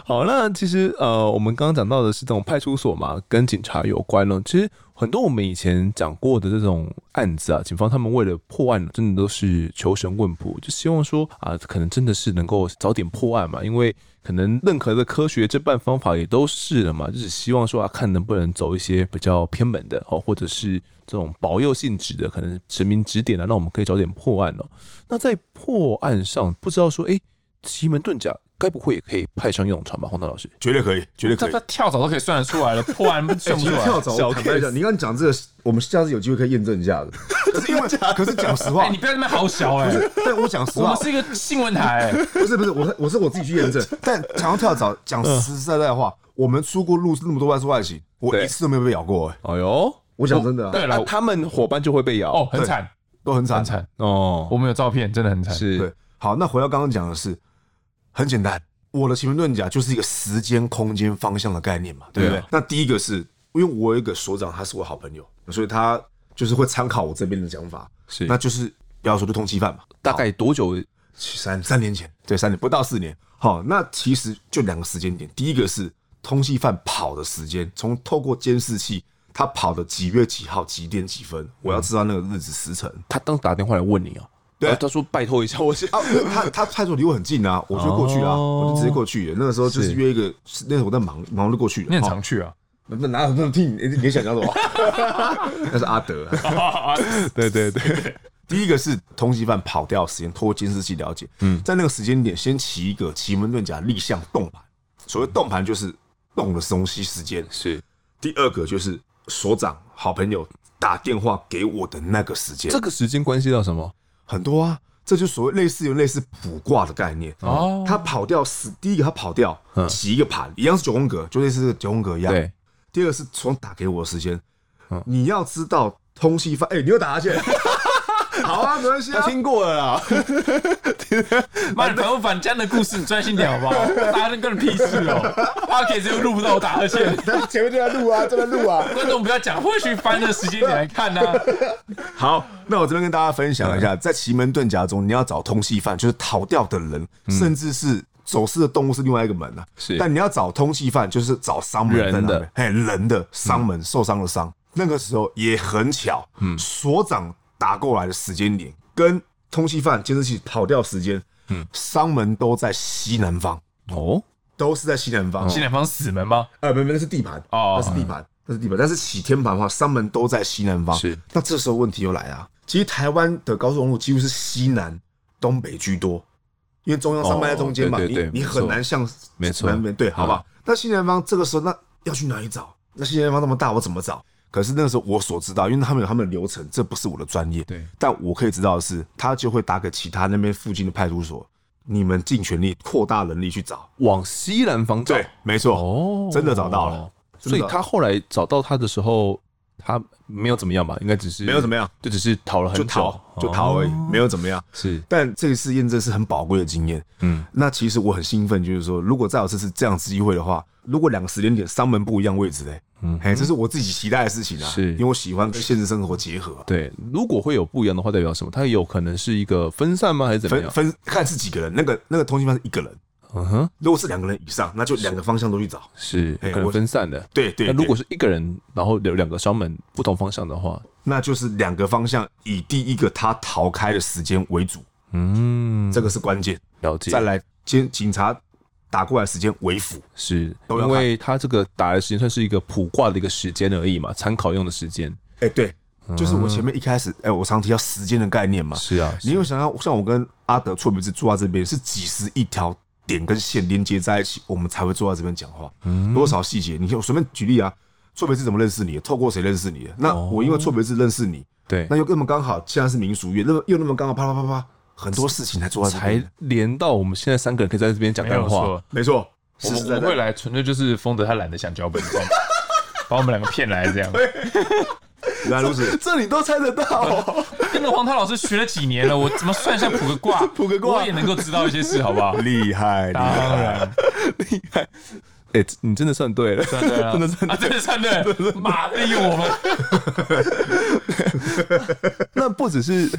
Speaker 1: <laughs> 好，那其实呃，我们刚刚讲到的是这种派出所嘛，跟警察有关了。其实很多我们以前讲过的这种案子啊，警方他们为了破案，真的都是求神问卜，就希望说啊，可能真的是能够早点破案嘛，因为可能任何的科学侦办方法也都试了嘛，就只希望说啊，看能不能走一些比较偏门的哦，或者是这种保佑性质的，可能神明指点啊，让我们可以早点破案哦。那在破案上，不知道说，哎、奇门遁甲该不会也可以派上用场吧？黄涛老师，
Speaker 3: <laughs> 绝对可以，绝对
Speaker 2: 这
Speaker 3: 可以
Speaker 2: 这。跳蚤都可以算得出来了，破案算不出 <laughs> 来。
Speaker 3: 跳蚤，我坦白讲，你刚刚讲这个，我们下次有机会可以验证一 <laughs> 下的。可是因为，可是讲实
Speaker 2: 哎、
Speaker 3: 话
Speaker 2: 你，不要在那边好小哎、
Speaker 3: 但我讲实
Speaker 2: 我
Speaker 3: 话
Speaker 2: 们，是一个新闻台、哎
Speaker 3: 不是不是，我是我是我自己去验 <laughs> 证。但讲到跳蚤，讲
Speaker 2: 嗯
Speaker 3: 实在在话，我们出过路那么多外出外景，我
Speaker 1: 对
Speaker 3: 一次都没有被咬过。哎，
Speaker 1: 哎呦，
Speaker 3: 我讲真的啊，
Speaker 2: <laughs> 对了
Speaker 1: 啊，他们伙伴就会被咬
Speaker 2: 哦，很惨，
Speaker 3: 都很惨
Speaker 2: 很。惨，
Speaker 1: 哦，
Speaker 2: 我们有照片，真的很惨。
Speaker 1: 是
Speaker 3: 对，好，那回到刚刚讲的是，很简单，我的奇门遁甲就是一个时间、空间、方向的概念嘛，对不
Speaker 1: 对
Speaker 3: 对？
Speaker 1: 啊
Speaker 3: 那第一个是因为我有一个所长，他是我好朋友，所以他就是会参考我这边的讲法，
Speaker 1: 是
Speaker 3: 那就是不要说就通缉犯嘛，
Speaker 1: 大概多久？
Speaker 3: 三三年前，对，三年不到四年。好，那其实就两个时间点，第一个是通缉犯跑的时间，从透过监视器。他跑的几月几号几点几分？我要知道那个日子时辰。
Speaker 1: 他当时打电话来问你哦，
Speaker 3: 对
Speaker 1: 啊他说拜托一下，我是
Speaker 3: 啊，他他派出所离我很近啊，我就过去啊，
Speaker 1: 哦
Speaker 3: 我就直接过去了。那个时候就是
Speaker 1: 是
Speaker 3: 约一个，是那时候我在忙，忙就过去了。
Speaker 2: 你很
Speaker 3: 哦
Speaker 2: 常去啊？
Speaker 3: 那那哪有那么屁？你你想讲什么？那是阿德啊、
Speaker 2: 哦 <laughs>
Speaker 1: 对对对，
Speaker 3: 第一个是通缉犯跑掉的时间，透过监视器了解。嗯，在那个时间点，先起一个奇门遁甲立项动盘。所谓动盘，就是动的东西时间。
Speaker 1: 是
Speaker 3: 第二个就是所长好朋友打电话给我的那个时间。
Speaker 1: 这个时间关系到什么？
Speaker 3: 很多啊，这就所谓类似有类似卜卦的概念。
Speaker 2: 哦
Speaker 3: 他跑掉死，第一个他跑掉
Speaker 1: 嗯
Speaker 3: 起一个盘，一样是九宫格，就类似这个九宫格一样。
Speaker 1: 对，嗯
Speaker 3: 第二个是从打给我的时间，你要知道通缉犯，哎、你又打下去，
Speaker 1: <laughs>
Speaker 3: 好啊，没关系啊。
Speaker 1: 过了啦，
Speaker 2: 妈的，反乌反江的故事，你专心点好不 <laughs> 好？大家都跟你屁事哦、阿 K 这又录不到我打呵 <laughs> 欠，
Speaker 3: 但前面就在录啊，就在录啊。
Speaker 2: 观众不要讲，或许翻的时间点来看啊呢、
Speaker 3: 好，那我这边跟大家分享一
Speaker 1: 嗯
Speaker 3: 下，在奇门遁甲中，你要找通缉犯，就是逃掉的人，甚至是走私的动物是另外一个门啊。
Speaker 1: 嗯是
Speaker 3: 但你要找通缉犯，就是找伤门在哪
Speaker 1: 人的嗯
Speaker 3: 边，哎，人的伤门，受伤的伤。那个时候也很巧，嗯，所长打过来的时间点跟通缉犯监视器跑掉时间，嗯，伤门都在西南方，
Speaker 1: 哦，
Speaker 3: 都是在西南方。
Speaker 2: 新南方死门吗？
Speaker 3: 呃，没没，那是地盘
Speaker 2: 哦
Speaker 3: 那是地盘，那是地盘。但是起天盘的话，三门都在西南方。
Speaker 1: 是，
Speaker 3: 那这时候问题又来了。其实台湾的高速公路几乎是西南、东北居多，因为中央山脉在中间
Speaker 1: 哦
Speaker 3: 嘛，
Speaker 1: 对对对
Speaker 3: 你你
Speaker 1: 没错
Speaker 3: 很难向
Speaker 1: 没错嗯
Speaker 3: 南边对，好吧？那西南方这个时候，那要去哪里找？那西南方那么大，我怎么找？可是那个时候我所知道，因为他们有他们的流程，这不是我的专业。
Speaker 1: 对，
Speaker 3: 但我可以知道的是，他就会打给其他那边附近的派出所，你们尽全力扩大能力去找。
Speaker 1: 往西南方找
Speaker 3: 对，没错，
Speaker 1: 哦，
Speaker 3: 真的找到了。。
Speaker 1: 所以
Speaker 3: 真的
Speaker 1: 他后来找到他的时候，他没有怎么样吧？应该只是
Speaker 3: 没有怎么样，
Speaker 1: 就只是逃了很
Speaker 3: 就
Speaker 1: 久，
Speaker 3: 逃就逃而已，
Speaker 1: 哦
Speaker 3: 没有怎么样。
Speaker 1: 是
Speaker 3: 但这一次验证是很宝贵的经验。
Speaker 1: 嗯，
Speaker 3: 那其实我很兴奋，就是说，如果再有这次这样子机会的话，如果两个时间点商门不一样位置嘞，嗯，哎，这是我自己期待的事情啊，
Speaker 1: 是
Speaker 3: 因为我喜欢跟现实生活结合啊。
Speaker 1: 对，如果会有不一样的话，代表什么？它有可能是一个分散吗？还是怎么
Speaker 3: 分
Speaker 1: 样？
Speaker 3: 分看是几个人，那个那个通缉犯是一个人，
Speaker 1: 嗯哼，
Speaker 3: 如果是两个人以上，那就两个方向都去找。
Speaker 1: 是
Speaker 3: 哎
Speaker 1: 可能
Speaker 3: 我
Speaker 1: 分散的。
Speaker 3: 对对
Speaker 1: 那
Speaker 3: 对
Speaker 1: 如果是一个人，然后有两个双门不同方向的话，
Speaker 3: 那就是两个方向以第一个他逃开的时间为主，
Speaker 1: 嗯，
Speaker 3: 这个是关键。
Speaker 1: 了解。
Speaker 3: 再来，警警察打过来的时间为辅，
Speaker 1: 是
Speaker 3: 要
Speaker 1: 因
Speaker 3: 看
Speaker 1: 为它这个打的时间算是一个普卦的一个时间而已嘛，参考用的时间。
Speaker 3: 哎、对，就是我前面一开始，哎、我常提到时间的概念嘛。
Speaker 1: 嗯是啊，
Speaker 3: 你有想要像我跟阿德错别字坐在这边，是几十一条点跟线连接在一起，我们才会坐在这边讲话。
Speaker 1: 嗯
Speaker 3: 多少细节？你看我随便举例啊，错别字怎么认识你的？透过谁认识你的？那我因为错别字认识你，
Speaker 1: 哦对
Speaker 3: 那，又那么刚好，现在是民俗月，那么又那么刚好，啪啪啪啪，很多事情才坐在这
Speaker 1: 才
Speaker 3: 边。
Speaker 1: 连到我们现在三个人可以在这边讲
Speaker 2: 没
Speaker 1: 干
Speaker 2: 有
Speaker 1: 话。
Speaker 2: 错，
Speaker 3: 没错，
Speaker 2: 我
Speaker 3: 实
Speaker 2: 们
Speaker 3: 实
Speaker 2: 我
Speaker 3: 在
Speaker 2: 们会
Speaker 3: 在。
Speaker 2: 来，纯粹就是风德他懒得想脚本， <laughs> 这样把我们两个骗来这样。
Speaker 3: 原来如此，
Speaker 1: 这你都猜得到，
Speaker 2: 跟着黄涛老师学了几年了，我怎么算一下卜个 <laughs> 卦，卜
Speaker 3: 个卦？
Speaker 2: 我也能够知道一些事，好不好
Speaker 3: 厉害！厉
Speaker 2: 当
Speaker 3: 害
Speaker 2: 然，
Speaker 1: 厉害！哎、你真的算对了，
Speaker 2: 算对了，
Speaker 1: <laughs> 真的哎算
Speaker 2: 啊，真的算对，妈利我们，
Speaker 1: <laughs> 那不只是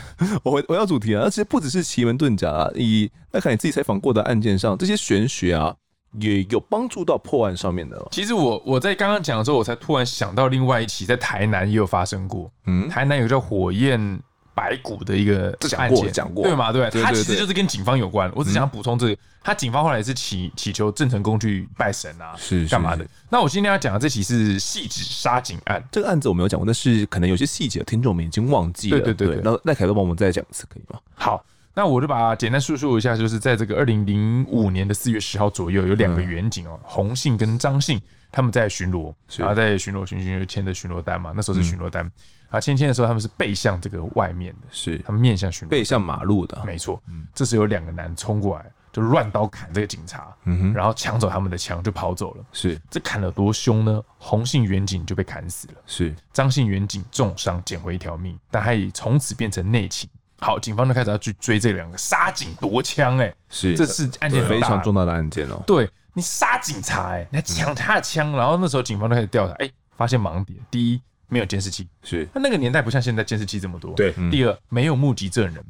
Speaker 1: 我回我要主题啊，那其实不只是奇门遁甲啊，以那看你自己采访过的案件上，这些玄学啊，也有帮助到破案上面的、哦。
Speaker 2: 其实我我在刚刚讲的时候，我才突然想到另外一起在台南也有发生过，
Speaker 1: 嗯，
Speaker 2: 台南有个叫火焰白骨的一个
Speaker 1: 这讲
Speaker 2: 案
Speaker 1: 过
Speaker 2: 件，
Speaker 1: 讲过
Speaker 2: 对嘛？对，
Speaker 1: 对
Speaker 2: 他
Speaker 1: 对
Speaker 2: 其实
Speaker 1: 对嗯
Speaker 2: 就是跟警方有关。我只想补充这个，他警方后来也是祈祈求郑成功去拜神啊，
Speaker 1: 是
Speaker 2: 干嘛
Speaker 1: 是
Speaker 2: 的？那我今天要讲的这起是细指杀警案，
Speaker 1: 这个案子我没有讲过，但是可能有些细节听众们已经忘记了。
Speaker 2: 对对对对
Speaker 1: 那那凯哥帮我们再讲一次可以吗？
Speaker 2: 好，那我就把简单叙述一下，就是在这个二零零五年的四月十号左右，有两个远警哦，洪信跟张信，他们在巡逻，然后在巡逻巡巡就签的巡逻单嘛，那时候是巡逻单，啊签签的时候他们是背向这个外面的，
Speaker 1: 是
Speaker 2: 他们面向巡逻，
Speaker 1: 背向马路的啊，
Speaker 2: 没错，这时有两个男冲过来，就乱刀砍这个警察，然后抢走他们的枪就跑走了。
Speaker 1: 是
Speaker 2: 这砍了多凶呢？洪信远警就被砍死了。
Speaker 1: 是
Speaker 2: 张信远警重伤，捡回一条命，但他也从此变成内情。好，警方就开始要去追这两个杀警夺枪，哎，
Speaker 1: 是，
Speaker 2: 这是案件很
Speaker 1: 非
Speaker 2: 大
Speaker 1: 常重大的案件哦。
Speaker 2: 对你杀警察、哎，你还抢他的枪，然后那时候警方就开始调查，哎、发现盲点，第一没有监视器，
Speaker 1: 是
Speaker 2: 他那个年代不像现在监视器这么多，
Speaker 3: 对
Speaker 2: 第二没有目击证人，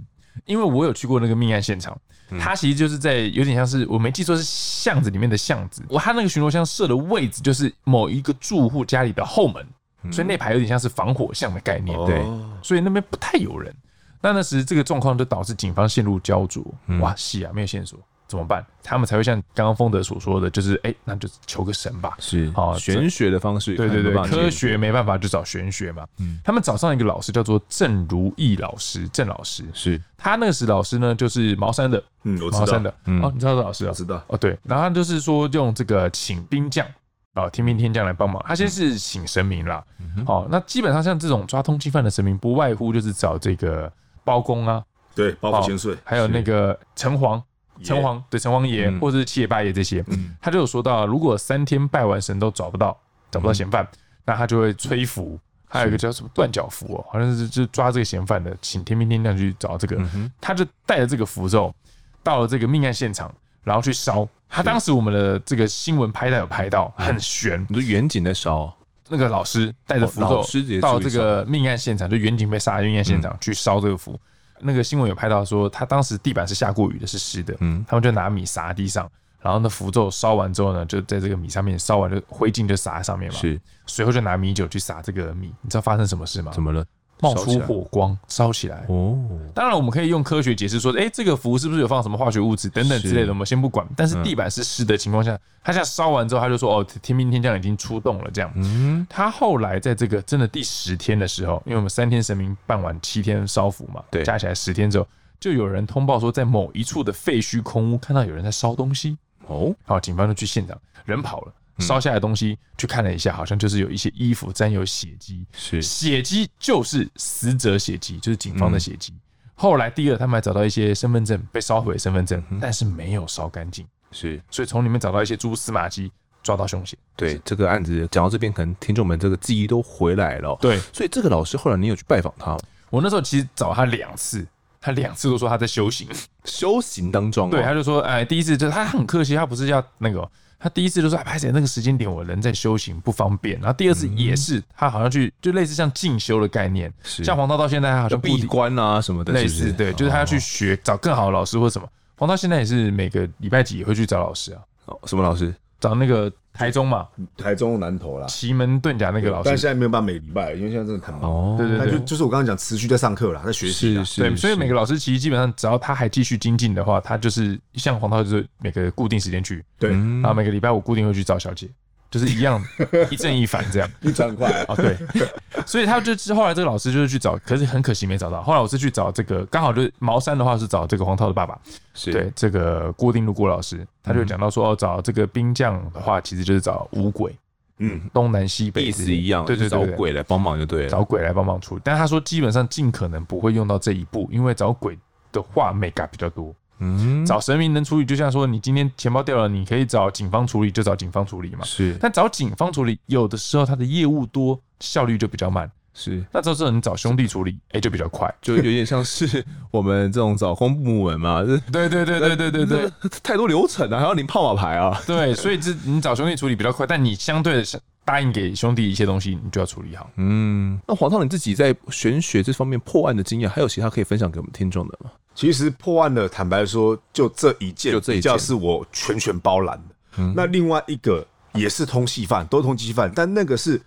Speaker 2: 因为我有去过那个命案现场，他其实就是在有点像是我没记错是巷子里面的巷子，我他那个巡逻箱设的位置就是某一个住户家里的后门，所以那排有点像是防火巷的概念，
Speaker 3: 哦
Speaker 1: 对
Speaker 2: 所以那边不太有人。那那时这个状况就导致警方陷入焦灼，哇，是啊，没有线索怎么办？他们才会像刚刚风德所说的，就是哎、那就求个神吧，
Speaker 1: 是
Speaker 2: 好这
Speaker 1: 玄学的方式，
Speaker 2: 对
Speaker 1: 看
Speaker 2: 对
Speaker 1: 有
Speaker 2: 对
Speaker 1: 没有，办法
Speaker 2: 科
Speaker 1: 解
Speaker 2: 学没办法就找玄学嘛。
Speaker 3: 嗯
Speaker 2: 他们找上一个老师叫做郑如意老师，郑老师，
Speaker 1: 是
Speaker 2: 他那个时老师呢就是茅山的，
Speaker 3: 嗯，我
Speaker 2: 茅
Speaker 3: 知
Speaker 2: 山
Speaker 3: 道，
Speaker 2: 的，哦，你知道这老师啊
Speaker 3: 我？知道。
Speaker 2: 哦，对，然后他就是说用这个请兵将啊、哦，天兵天将来帮忙。他先是请神明啦，
Speaker 3: 嗯
Speaker 2: 哦，那基本上像这种抓通缉犯的神明，不外乎就是找这个包公啊，
Speaker 3: 对，包袱千岁，
Speaker 2: 还有那个城隍。城隍对城隍爷
Speaker 1: 嗯
Speaker 2: 或者是七爷八爷这些，他就有说到，如果三天拜完神都找不到找不到嫌犯，那他就会催符，还有一个叫什么断脚符哦，好像是就是抓这个嫌犯的，请天兵天将去找这个，他就带着这个符咒到了这个命案现场，然后去烧。他当时我们的这个新闻拍到有拍到，很悬，
Speaker 1: 你说远景在烧哦，
Speaker 2: 那个老师带着符
Speaker 1: 哦老
Speaker 2: 咒
Speaker 1: 师直接
Speaker 2: 到
Speaker 1: 注意
Speaker 2: 这个命案现场，就远景被杀的命案现
Speaker 1: 嗯
Speaker 2: 场去烧这个符。那个新闻有拍到说，他当时地板是下过雨的，是湿的，
Speaker 1: 嗯
Speaker 2: 他们就拿米撒地上，然后那符咒烧完之后呢，就在这个米上面烧完就灰烬就撒在上面嘛，
Speaker 1: 是
Speaker 2: 随后就拿米酒去撒这个米，你知道发生什么事吗？
Speaker 1: 怎么了？
Speaker 2: 冒
Speaker 1: 烧起
Speaker 2: 出
Speaker 1: 来
Speaker 2: 火光，烧起来。
Speaker 1: 哦，
Speaker 2: 当然，我们可以用科学解释说，哎、这个符是不是有放什么化学物质等等之类
Speaker 1: 是
Speaker 2: 的，我们先不管。但是地板是湿的情况下，他现在烧完之后，他就说，哦，天兵天将已经出动了，这样。
Speaker 1: 嗯，
Speaker 2: 他后来在这个真的第十天的时候，因为我们三天神明办完七天烧符嘛，
Speaker 1: 对
Speaker 2: 加起来十天之后，就有人通报说，在某一处的废墟空屋看到有人在烧东西，
Speaker 1: 哦，
Speaker 2: 好，警方就去现场，人跑了，烧下来的东西、去看了一下，好像就是有一些衣服沾有血迹，
Speaker 1: 是
Speaker 2: 血迹就是死者血迹，就是警方的血迹。后来第二，他们还找到一些身份证被烧毁的身份证，但是没有烧干净，
Speaker 1: 是，
Speaker 2: 所以从里面找到一些蛛丝马迹，抓到凶嫌。
Speaker 1: 对这个案子讲到这边，可能听众们这个记忆都回来了哦。
Speaker 2: 对
Speaker 1: 所以这个老师后来你有去拜访他吗
Speaker 2: 我那时候其实找他两次，他两次都说他在修行。
Speaker 1: 修行当中哦，
Speaker 2: 对，他就说，哎，第一次就是他很客气，他不是要那个哦，他第一次就说啊，拍谁那个时间点我人在修行不方便，然后第二次也是他好像去就类似像进修的概念，
Speaker 1: 嗯是
Speaker 2: 像黄道到现在他好像不
Speaker 1: 闭关啊什么的，是
Speaker 2: 类
Speaker 1: 不哦
Speaker 2: 似
Speaker 1: 是
Speaker 2: 对，就是他要去学找更好的老师或什么。黄道现在也是每个礼拜几也会去找老师啊，
Speaker 1: 哦什么老师？
Speaker 2: 找那个台中嘛
Speaker 1: 嗯
Speaker 3: 台中南投啦，
Speaker 2: 奇门遁甲那个老
Speaker 3: 但
Speaker 2: 师，
Speaker 3: 现在没有办法每礼拜，因为现在真的太忙。
Speaker 1: 哦，
Speaker 2: 对对
Speaker 3: 那就
Speaker 2: 对。
Speaker 3: 就是我刚刚讲，持续在上课啦，在学习啦
Speaker 1: 是。是，
Speaker 2: 对，所以
Speaker 1: 是
Speaker 2: 每个老师其实基本上，只要他还继续精进的话，他就是像黄涛，就是每个固定时间去，
Speaker 3: 对，
Speaker 1: 嗯
Speaker 2: 然
Speaker 1: 啊
Speaker 2: 后每个礼拜五固定会去找小姐，就是一样
Speaker 1: <laughs>
Speaker 2: 一正一反这样。
Speaker 3: 你转快啊
Speaker 2: 啊，对， <laughs> 所以他就是后来这个老师就是去找，可是很可惜没找到。后来我是去找这个，刚好就是茅山的话是找这个黄涛的爸爸，
Speaker 1: 是嗯
Speaker 2: 对，这个郭定路郭老师，他就讲到说，哦，找这个兵将的话，其实就是找五鬼，
Speaker 3: 嗯，
Speaker 2: 东南西北
Speaker 1: 意
Speaker 2: 之
Speaker 1: 思一样，
Speaker 2: 对对
Speaker 1: 就
Speaker 2: 对
Speaker 1: 是
Speaker 2: 对
Speaker 1: 找鬼来帮忙就对了。
Speaker 2: 找鬼来帮忙处理。但他说基本上尽可能不会用到这一步，因为找鬼的话 m e g 比较多，
Speaker 1: 嗯，
Speaker 2: 找神明能处理，就像说你今天钱包掉了，你可以找警方处理，就找警方处理嘛。
Speaker 1: 是
Speaker 2: 但找警方处理，有的时候他的业务多，效率就比较慢。
Speaker 1: 是，
Speaker 2: 那这时候你找兄弟处理，哎、就比较快。
Speaker 1: 就有点像是我们这种找公部门嘛，这
Speaker 2: 对对对对对对对，
Speaker 1: 这太多流程了、还要领号码牌啊。
Speaker 2: 对，所以这你找兄弟处理比较快，但你相对的答应给兄弟一些东西，你就要处理好。
Speaker 1: 嗯，那黄涛你自己在玄学这方面破案的经验，还有其他可以分享给我们听众的吗？
Speaker 3: 其实破案的，坦白说，就这一件，
Speaker 1: 就这一件嗯
Speaker 3: 比较是我全权包揽的。那另外一个也是通缉犯，都通缉犯，但那个是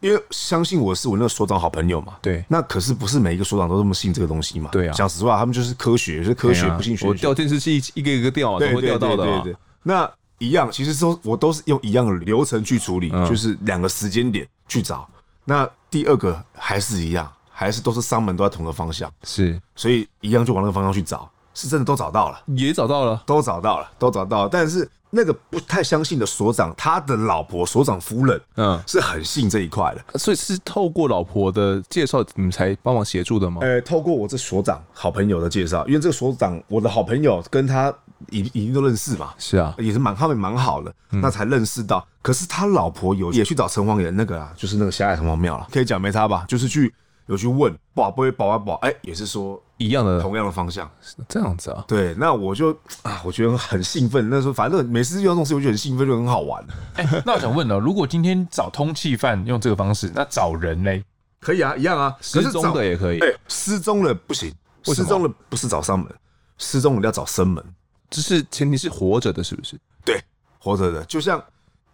Speaker 3: 因为相信我是我那个所长好朋友嘛。
Speaker 1: 对
Speaker 3: 那可是不是每一个所长都这么信这个东西嘛？
Speaker 1: 对啊
Speaker 3: 讲实话，他们就是科学，就是科学
Speaker 1: 哎呀
Speaker 3: 不信玄
Speaker 1: 我
Speaker 3: 学。
Speaker 1: 掉电视机一个一个掉，都
Speaker 3: 对
Speaker 1: 会掉到的、
Speaker 3: 对
Speaker 1: 啊。
Speaker 3: 对对对那一样，其实都我都是用一样的流程去处理，
Speaker 1: 嗯
Speaker 3: 就是两个时间点去找。那第二个还是一样，还是都是伤门都在同个方向，
Speaker 1: 是
Speaker 3: 所以一样就往那个方向去找，是真的都找到了，
Speaker 1: 也找到了，
Speaker 3: 都找到了，都找到了。但是那个不太相信的所长，他的老婆所长夫人，
Speaker 1: 嗯
Speaker 3: 嗯，是很信这一块的。
Speaker 1: 所以是透过老婆的介绍，你们才帮忙协助的吗？
Speaker 3: 呃，透过我这所长好朋友的介绍，因为这个所长我的好朋友跟他已已经都认识嘛，
Speaker 1: 是啊，
Speaker 3: 也是蛮他们蛮好的，
Speaker 1: 嗯
Speaker 3: 那才认识到。可是他老婆有也去找城隍爷那个啊，就是那个狭隘城隍庙了，可以讲没差吧？就是去有去问保不会保啊保，哎、也是说
Speaker 1: 一样的，
Speaker 3: 同样的方向。
Speaker 1: 这样子啊。
Speaker 3: 对，那我就啊，我觉得很兴奋。那时候反正每次遇到这种事，我就很兴奋，就很好玩。
Speaker 2: 哎、那我想问了，如果今天找通缉犯用这个方式，那找人嘞？
Speaker 3: 可以啊，一样啊，
Speaker 1: 失踪的也可以
Speaker 3: 可是找哎、失踪了不行，
Speaker 1: 为什
Speaker 3: 失
Speaker 1: 么
Speaker 3: 踪了不是找上门，失踪了要找生门。
Speaker 1: 只是前提是活着的，是不是？
Speaker 3: 对，活着的，就像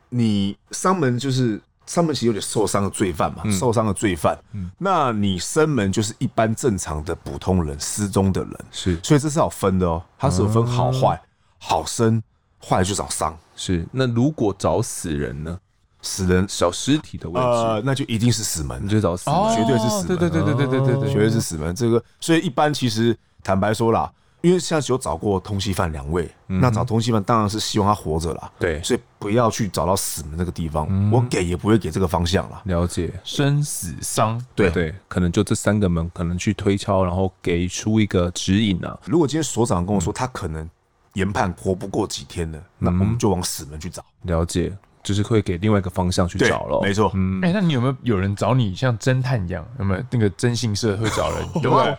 Speaker 3: 你伤门就是伤门，其实有点受伤的罪犯嘛，受伤的罪犯。那你生门就是一般正常的普通人，失踪的人，
Speaker 1: 是
Speaker 3: 所以这是啊要分的哦，它是有分好坏，好生坏就找伤，
Speaker 1: 是。那如果找死人呢？
Speaker 3: 死人
Speaker 1: 小尸体的位置，
Speaker 3: 呃，哦那就一定是死门
Speaker 1: 你，就找死人。
Speaker 3: 绝对是死
Speaker 2: 哦
Speaker 3: 门
Speaker 2: 对对对对对对对对，
Speaker 3: 绝对是死门。这个，所以一般其实坦白说啦。因为现在只有找过通缉犯两位，那找通缉犯当然是希望他活着啦。
Speaker 1: 对
Speaker 3: 所以不要去找到死门那个地方，我给也不会给这个方向啦。
Speaker 1: 了解。
Speaker 2: 生死伤。
Speaker 3: 对
Speaker 1: 对，可能就这三个门，可能去推敲，然后给出一个指引啊。
Speaker 3: 如果今天所长跟我说他可能研判活不过几天了，那我们就往死门去找，
Speaker 1: 了解，就是会给另外一个方向去
Speaker 3: 对嗯
Speaker 1: 找咯。
Speaker 3: 没错，
Speaker 2: 哎、那你有没有有人找你像侦探一样？有没有那个征信社会找 <laughs> 人？有没有？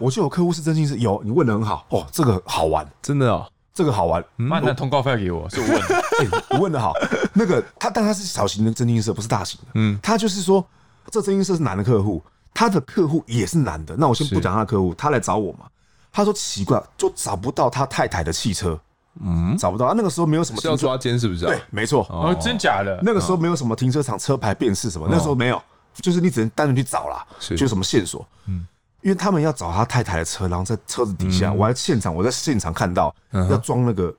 Speaker 3: 我就有客户是真心是有，你问的很好哦，这个好玩，
Speaker 1: 真的啊，
Speaker 3: 这个好玩，
Speaker 2: 妈，那通告费给我，是我问的。
Speaker 3: <laughs> 哎你问的好。那个他，但他是小型的真金社，不是大型的，嗯，他就是说这真金社是男的客户，他的客户也是男的，那我先不讲他的客户，他来找我嘛，他说奇怪，就找不到他太太的汽车，嗯，找不到，他那个时候没有什么
Speaker 1: 是要
Speaker 3: 停车，
Speaker 1: 抓奸是不是啊？
Speaker 3: 对，没错，
Speaker 2: 哦，真假的？
Speaker 3: 那个时候没有什么停车场车牌辨识什么，那时候没有，就是你只能单纯去找啦，
Speaker 1: 是
Speaker 3: 就什么线索。嗯，因为他们要找他太太的车，然后在车子底下，我还现场我在现场看到要装那个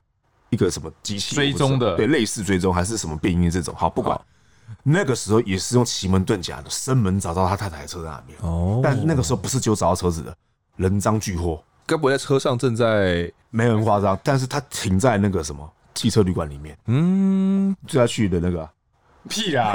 Speaker 3: 一个什么机器
Speaker 2: 追踪的
Speaker 3: 我不知道对，类似追踪还是什么变音这种，好不管。那个时候也是用奇门遁甲的生门找到他太太的车在哪边，
Speaker 1: 哦，
Speaker 3: 但那个时候不是只有找到车子的，人赃俱获，
Speaker 1: 该不会在车上正在
Speaker 3: 没有人夸张，但是他停在那个什么汽车旅馆里面，
Speaker 1: 嗯，
Speaker 3: 就他去的那个啊。
Speaker 2: 屁 <laughs> 啦！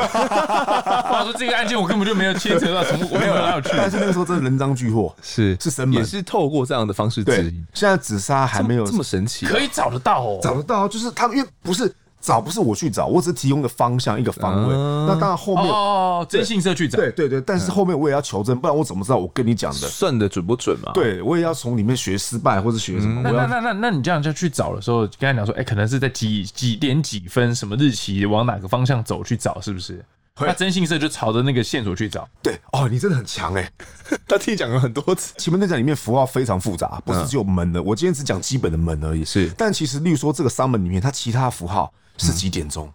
Speaker 2: 话说这个案件我根本就没有牵扯到，从我没有啊哪有去。
Speaker 3: 但是那个时候真的人赃俱获，
Speaker 1: 是
Speaker 3: 是生门
Speaker 1: 也是透过这样的方式指
Speaker 3: 对
Speaker 1: 引，，
Speaker 3: 现在紫砂还没有
Speaker 1: 这么神奇啊、
Speaker 2: 可以找得到哦，
Speaker 3: 找得到，就是他们因为不是找不是我去找，我只是提供个方向一个方位。那当然后面
Speaker 1: 啊哦，征信社去找，
Speaker 3: 对对对，但是后面我也要求证，不然我怎么知道我跟你讲的？
Speaker 1: 算的准不准嘛？，
Speaker 3: 对我也要从里面学失败或者学什么，
Speaker 2: 那
Speaker 1: 嗯
Speaker 3: 我
Speaker 2: 那
Speaker 3: 要
Speaker 2: 那那那你这样就去找的时候，跟他讲说，哎、可能是在几几点几分什么日期往哪个方向走去找，是不是？
Speaker 3: 会
Speaker 2: 那征信社就朝着那个线索去找，
Speaker 3: 对哦，你真的很强哎、
Speaker 1: 他听你讲了很多次，
Speaker 3: 奇门遁甲里面符号非常复杂，不是只有门的。我今天只讲基本的门而已。
Speaker 1: 嗯是嗯
Speaker 3: 但其实例如说这个商门里面，它其他符号是几点钟，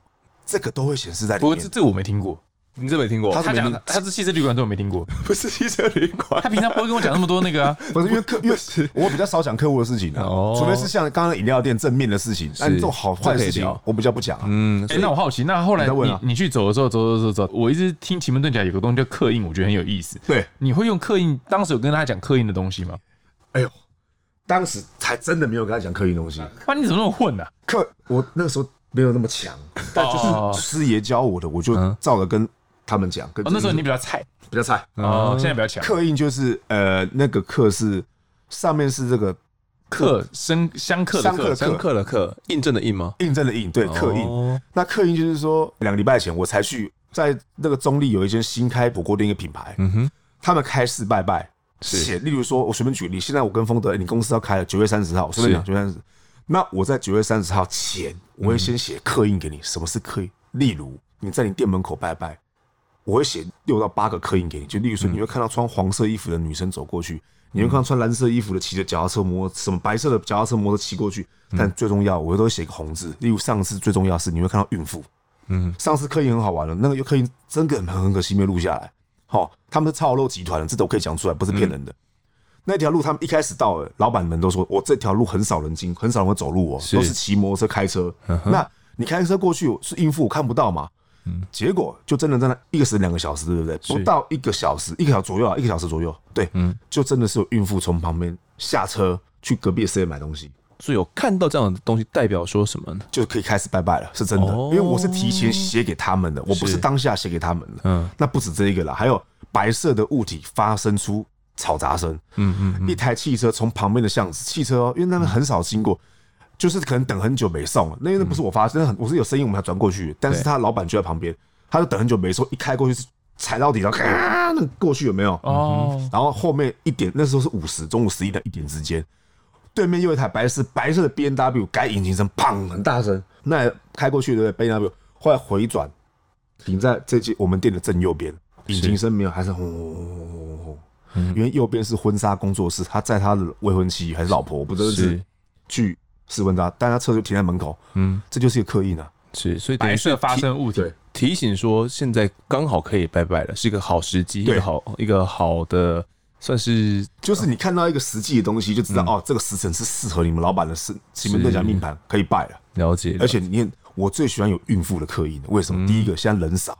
Speaker 3: 这个都会显示在里
Speaker 2: 不过
Speaker 3: 面
Speaker 2: 这。这个我没听过。
Speaker 1: 你真没听过？
Speaker 3: 他
Speaker 2: 他
Speaker 3: 没
Speaker 2: 讲
Speaker 3: 听
Speaker 2: 他是汽车旅馆都没听 <laughs> 过，
Speaker 1: 不是汽车旅馆
Speaker 2: 他平常不会跟我讲那么多那个 <laughs> 啊。
Speaker 3: 不是因为客，
Speaker 1: <laughs>
Speaker 3: 因为我比较少讲客户的事情啊，
Speaker 1: 哦
Speaker 3: 除非是像刚刚饮料店正面的事情，但这种好坏
Speaker 1: 这
Speaker 3: 的事
Speaker 1: 可以
Speaker 3: 情
Speaker 1: 聊
Speaker 3: 我比较不讲啊。
Speaker 1: 嗯，
Speaker 2: 哎、那我好奇，那后来
Speaker 3: 你在问
Speaker 2: 你、
Speaker 3: 啊
Speaker 2: 你去走的时候，走走走走，我一直听奇门遁甲有个东西叫刻印，我觉得很有意思。
Speaker 3: 对，
Speaker 2: 你会用刻印？当时有跟他讲刻印的东西吗？
Speaker 3: 哎呦，当时还真的没有跟他讲刻意东西，
Speaker 2: 哇，你怎么那么混呢、啊？
Speaker 3: 刻我那个时候没有那么强，但
Speaker 2: 哦
Speaker 3: 就是师爷教我的，我就
Speaker 1: 嗯
Speaker 3: 照着跟他们讲。跟
Speaker 2: 哦，那时候你比较菜
Speaker 3: 比较菜，
Speaker 1: 啊
Speaker 2: 哦，现在比较强。
Speaker 3: 刻印就是呃那个刻是上面是这个
Speaker 2: 刻生相克的
Speaker 3: 相克
Speaker 2: 克
Speaker 3: 的，
Speaker 1: 上课了课，印证的印吗？
Speaker 3: 印证的印，对，刻印。
Speaker 1: 哦
Speaker 3: 那刻印就是说，两个礼拜前我才去在那个中立有一间新开火锅店一个品牌，
Speaker 1: 嗯哼，
Speaker 3: 他们开四拜拜，写，例如说，我随便举例，现在我跟丰德，欸你公司要开了，九月三十号，我随便讲九月三十，那我在九月三十号前，我会先写刻印给你，什么是刻印？例如你在你店门口拜拜，我会写六到八个刻印给你，就例如说，你会看到穿黄色衣服的女生走过去，你会看到穿蓝色衣服的骑着脚踏车摩，什么白色的脚踏车摩托骑过去，但最重要，我都会写个红字，例如上次最重要的是你会看到孕妇，
Speaker 1: 嗯，
Speaker 3: 上次刻印很好玩了，那个刻印真的很很可惜没录下来。好、他们是超肉集团的，这都可以讲出来，不是骗
Speaker 1: 嗯
Speaker 3: 人的。那条路他们一开始到了，老板们都说我这条路很少人经，很少人会走路哦，
Speaker 1: 是嗯
Speaker 3: 都是骑摩托车、开车。那你开车过去是孕妇，我看不到嘛。
Speaker 1: 嗯
Speaker 3: 结果就真的在那一个时两个小时，对不对？不到一个小时，一个小时左右啊，一个小时左右。对，
Speaker 1: 嗯
Speaker 3: 就真的是有孕妇从旁边下车去隔壁的 C 买东西，
Speaker 1: 所以有看到这样的东西，代表说什么呢？
Speaker 3: 就可以开始拜拜了，是真的，
Speaker 1: 哦
Speaker 3: 因为我是提前写给他们的，我不
Speaker 1: 是
Speaker 3: 是当下写给他们的。
Speaker 1: 嗯
Speaker 3: 嗯，那不止这一个啦，还有白色的物体发生出嘈杂声，
Speaker 1: 嗯嗯
Speaker 3: 一台汽车从旁边的巷子，汽车哦，因为那边很少经过，就是可能等很久没送，那因为那不是我发生，很我是有声音我们才转过去，但是
Speaker 1: 嗯对
Speaker 3: 他老板就在旁边，他就等很久没送，一开过去是踩到底，然后咔，那个过去有没有？
Speaker 1: 嗯
Speaker 2: 哦，
Speaker 3: 然后后面一点，那时候是五十，中午十一点一点之间，对面又有一台白色白色的 B N W 改引擎声，砰，很大声，那开过去的 B N W 后来回转，停在这间我们店的正右边，引擎声没有，还是嗯轰轰轰轰轰轰轰，因为右边是婚纱工作室，他在他的未婚妻还是老婆，我不知道
Speaker 1: 是
Speaker 3: 是去试婚纱，但他车就停在门口，
Speaker 1: 嗯，
Speaker 3: 这就是一个刻印啊，
Speaker 1: 是，所以等于
Speaker 2: 白
Speaker 1: 是
Speaker 2: 色发
Speaker 1: 提
Speaker 2: 生物体
Speaker 3: 对，
Speaker 1: 提醒说，现在刚好可以拜拜了，是一个好时机，一
Speaker 3: 对
Speaker 1: 个好一个好的，算是
Speaker 3: 就是你看到一个实际的东西，就知道、哦，这个时辰是适合你们老板的是奇门遁甲命盘，可以拜了。
Speaker 1: 了解了。
Speaker 3: 而且你看，我最喜欢有孕妇的刻印了，为
Speaker 1: 嗯
Speaker 3: 什么？第一个，现在人少，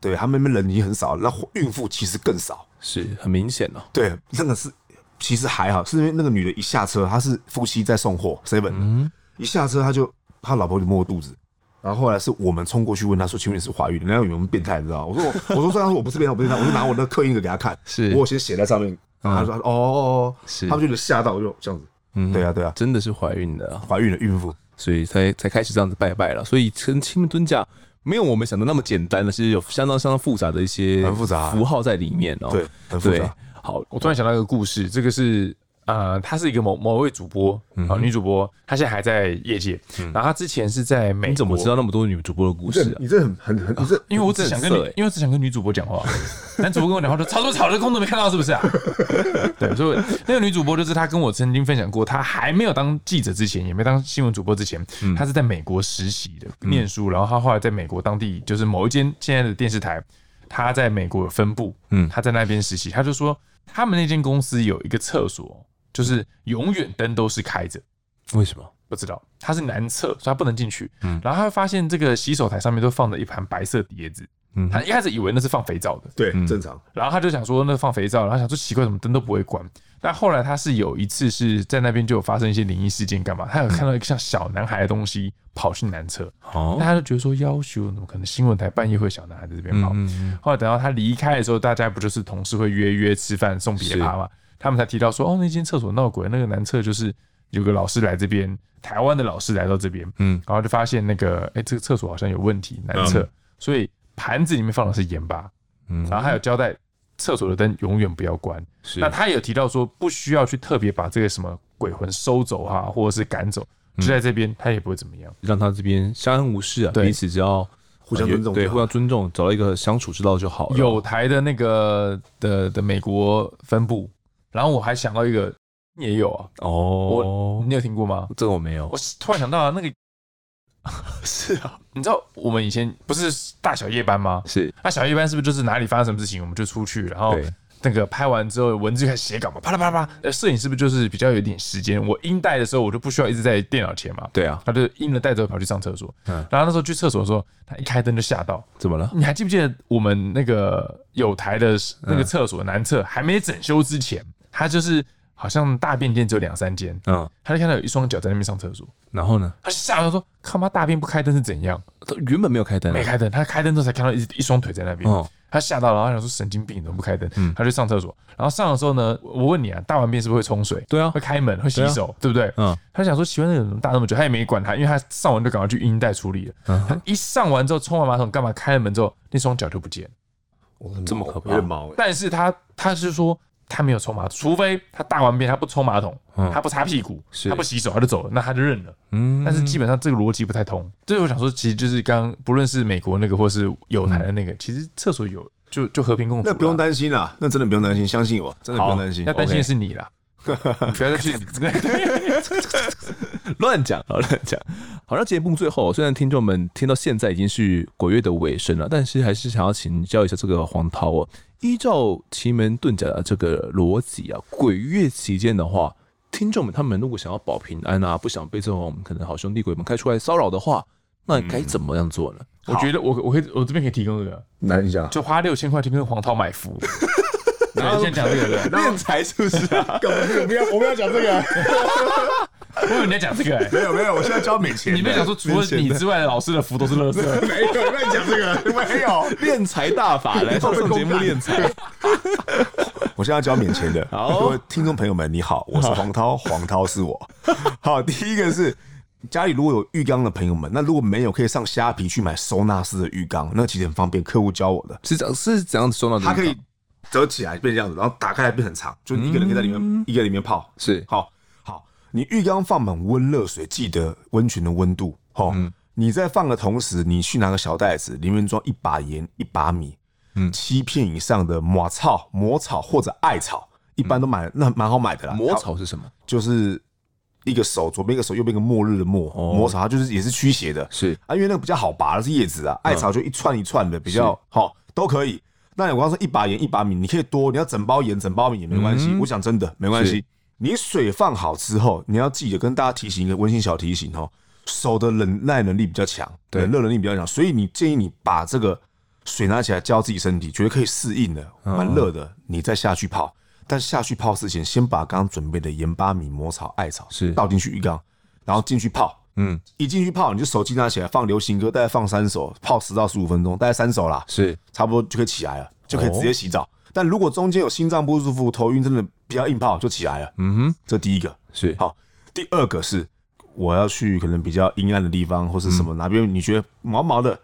Speaker 3: 对他们那边人已经很少了，那孕妇其实更少。
Speaker 1: 是很明显哦、
Speaker 3: 对，那个是其实还好，是因为那个女的一下车，她是夫妻在送货，seven，、一
Speaker 1: 嗯
Speaker 3: 下车她就她老婆就摸肚子。然后后来是我们冲过去问她说：“请问你是怀孕的？”人家以为我们变态，你知道吗？我说我：“我说虽然说我不是变态，我不是变态，我就拿我的刻印的给她看，
Speaker 1: 是嗯
Speaker 3: 我有先写在上面。她说：“哦哦哦。”
Speaker 1: 是
Speaker 3: 他们就觉得吓到，我就这样子。
Speaker 1: 嗯
Speaker 3: 对啊对啊，
Speaker 1: 真的是怀孕的、啊，
Speaker 3: 怀孕了孕妇。
Speaker 1: 所以才才开始这样子拜拜了。所以跟清门遁甲没有我们想的那么简单了，是有相当相当复杂的一些
Speaker 3: 很复杂
Speaker 1: 符号在里面哦、
Speaker 3: 对很复杂
Speaker 1: 对，好，
Speaker 2: 我突然想到一个故事，这个是呃，她是一个某某位主播
Speaker 1: 嗯
Speaker 2: 啊、女主播，她现在还在业界，然后她之前是在美国，
Speaker 1: 你怎么知道？那么多女主播的故事啊？
Speaker 3: 你这很很很，你这
Speaker 2: 因为我只想跟你
Speaker 1: 很色欸，
Speaker 2: 因为我只想跟女主播讲话， <laughs> 男主播跟我讲话说吵什么吵，这工作没看到是不是啊？ <laughs> 对，所以那个女主播就是她跟我曾经分享过，她还没有当记者之前，也没当新闻主播之前，她是在美国实习的，念书，然后她后来在美国当地就是某一间现在的电视台，她在美国有分部，
Speaker 1: 嗯
Speaker 2: 嗯，她在那边实习，她就说他们那间公司有一个厕所，就是永远灯都是开着。
Speaker 1: 为什么？
Speaker 2: 不知道，它是男厕，所以它不能进去。嗯，然后他会发现这个洗手台上面都放着一盘白色碟子。
Speaker 1: 嗯
Speaker 2: 嗯，他一开始以为那是放肥皂的，
Speaker 3: 对正常。
Speaker 2: 然后他就想说那放肥皂，然后想说奇怪怎么灯都不会关。那后来他是有一次是在那边就有发生一些灵异事件，干嘛？他有看到一个像小男孩的东西跑去男厕，
Speaker 1: 好
Speaker 2: 那，他就觉得说要求怎么可能新闻台半夜会有小男孩在这
Speaker 1: 嗯
Speaker 2: 边跑？后来等到他离开的时候，大家不就是同事会约约吃饭送别趴嘛？他们才提到说，哦，那间厕所闹鬼，那个男厕就是有个老师来这边，台湾的老师来到这边，
Speaker 1: 嗯
Speaker 2: 嗯，然后就发现那个，哎、这个厕所好像有问题，男厕，所以盘子里面放的是盐巴，
Speaker 1: 嗯
Speaker 2: 嗯，然后还有交代厕所的灯永远不要关。
Speaker 1: 是
Speaker 2: 那他也有提到说，不需要去特别把这个什么鬼魂收走哈、或者是赶走，
Speaker 1: 嗯
Speaker 2: 就在这边，他也不会怎么样。
Speaker 1: 让他这边相安无事啊，
Speaker 2: 对
Speaker 1: 彼此只要
Speaker 3: 互相尊重
Speaker 1: 对，
Speaker 3: 就好
Speaker 1: 互相尊重，找到一个相处之道就好了。
Speaker 2: 有台的那个的的美国分部，然后我还想到一个，也有啊，我
Speaker 1: 哦，
Speaker 2: 你有听过吗？
Speaker 1: 这个我没有
Speaker 2: 我突然想到啊，那个是啊，你知道我们以前不是大小夜班吗？
Speaker 1: 是
Speaker 2: 那小夜班是不是就是哪里发生什么事情，我们就出去，然后
Speaker 1: 对
Speaker 2: 那个拍完之后文字就开始写稿嘛，啪啦啪啦啪啦。呃，摄影是不是就是比较有点时间？我音带的时候，我就不需要一直在电脑前嘛。
Speaker 1: 对啊，
Speaker 2: 他就音了带着跑去上厕所，
Speaker 1: 嗯
Speaker 2: 然后那时候去厕所的时候，他一开灯就吓到，
Speaker 1: 怎么了？
Speaker 2: 你还记不记得我们那个有
Speaker 1: 嗯
Speaker 2: 台的那个厕所男厕还没整修之前，他就是好像大便间只有两三间，
Speaker 1: 嗯，
Speaker 2: 他就看到有一双脚在那边上厕所，
Speaker 1: 然后呢？
Speaker 2: 他就吓到说：“他妈大便不开灯是怎样？
Speaker 1: 他原本没有开灯啊，
Speaker 2: 没开灯，他开灯之后才看到一一双腿在那边。
Speaker 1: 哦嗯
Speaker 2: 他吓到了，然后他想说神经病，怎么不开灯？他就上厕所，然后上的时候呢，我我问你啊，大完便是不是会冲水？
Speaker 1: 对啊
Speaker 2: 会开门，会洗手，对不对？
Speaker 1: 嗯
Speaker 2: 他想说奇怪，那个人怎么大那么久？他也没管他，因为他上完就赶快去阴带处理了。
Speaker 1: 嗯
Speaker 2: 他一上完之后，冲完马桶干嘛？开了门之后，那双脚就不见了。
Speaker 1: 这么可怕
Speaker 3: 有点毛欸。
Speaker 2: 但是他他是说他没有冲马桶，除非他大完便他不冲马桶，
Speaker 1: 嗯
Speaker 2: 他不擦屁股，
Speaker 1: 是
Speaker 2: 他不洗手，他就走了，那他就认了。
Speaker 1: 嗯，
Speaker 2: 但是基本上这个逻辑不太通。就是我想说，其实就是刚不论是美国那个或是有台的那个，其实厕所有就就和平共处啦。
Speaker 3: 那不用担心啦，那真的不用担心，相信我，真的不用担心。
Speaker 2: 要担心
Speaker 3: OK
Speaker 2: 的是你啦。不要再去
Speaker 1: <laughs> 乱讲，好乱讲。好，那节目最后，虽然听众们听到现在已经是鬼月的尾声了，但是还是想要请教一下这个黄涛哦。依照奇门遁甲的这个逻辑啊，鬼月期间的话，听众们他们如果想要保平安啊，不想被这种可能好兄弟鬼门开出来骚扰的话，那该怎么样做呢？
Speaker 2: 我觉得我我可以我这边可以提供这个，
Speaker 3: 难一下，
Speaker 2: 就花六千块去跟黄涛买
Speaker 3: <laughs>
Speaker 2: 符。对，先讲这个对。
Speaker 3: 练财是不是啊？
Speaker 5: 不要，我不要讲这个。
Speaker 2: 我以为你在讲这
Speaker 3: <laughs>
Speaker 2: 个、欸，
Speaker 3: 没有没有，我现在教美钱的。
Speaker 2: 你没有讲说除了你之外的老师的符都是垃圾。
Speaker 3: 没有乱讲这个，没有。
Speaker 1: 练财大法
Speaker 3: <laughs>
Speaker 1: 来上上节目练财，
Speaker 3: 我现在要教免钱的。
Speaker 1: 好
Speaker 3: 各位听众朋友们，你好，我是黄涛，黄涛是我。好，第一个是家里如果有浴缸的朋友们，那如果没有，可以上虾皮去买收纳式的浴缸，那其实很方便，客户教我的，
Speaker 1: 是这样是怎样子收到这个
Speaker 3: 它可以折起来变这样子，然后打开来变很长，就一个人可以在里面、
Speaker 1: 嗯
Speaker 3: 一个人里面泡。
Speaker 1: 是
Speaker 3: 好好，你浴缸放满温热水，记得温泉的温度。好，
Speaker 1: 嗯
Speaker 3: 你在放的同时，你去拿个小袋子，里面装一把盐、一把米，
Speaker 1: 嗯
Speaker 3: 七片以上的抹草、魔草或者艾草，一般都买，那蛮好买的啦。
Speaker 1: 嗯魔
Speaker 3: 它
Speaker 1: 草是什么？
Speaker 3: 就是一个手，左边一个手，右边一个末日的末，
Speaker 1: 哦
Speaker 3: 魔草它就是也是驱邪的。
Speaker 1: 是
Speaker 3: 啊，因为那个比较好拔，是叶子啊，艾
Speaker 1: 嗯
Speaker 3: 草就一串一串的，比较好、都可以。那我刚说一把盐一把米，你可以多，你要整包盐整包米也没关系。我讲真的没关
Speaker 1: 嗯是
Speaker 3: 系。你水放好之后，你要记得跟大家提醒一个温馨小提醒哦，手的忍耐能力比较强，
Speaker 1: 对
Speaker 3: 忍热能力比较强，所以你建议你把这个水拿起来浇自己身体，觉得可以适应的，
Speaker 1: 嗯
Speaker 3: 蛮热的，你再下去泡。但下去泡之前，先把刚刚准备的盐巴米、魔草、艾草
Speaker 1: 是
Speaker 3: 倒进去浴缸，然后进去泡，
Speaker 1: 嗯
Speaker 3: 一进去泡，你就手机拿起来放流行歌，大概放三首，泡十到十五分钟，大概三首啦，
Speaker 1: 是
Speaker 3: 差不多就可以起来了，就可以直接洗澡。但如果中间有心脏不舒服、头晕，真的比较硬泡就起来了，
Speaker 1: 嗯哼
Speaker 3: 这第一个。
Speaker 1: 是
Speaker 3: 好，第二个是我要去可能比较阴暗的地方，
Speaker 1: 嗯
Speaker 3: 或是什么、哪边你觉得毛毛的，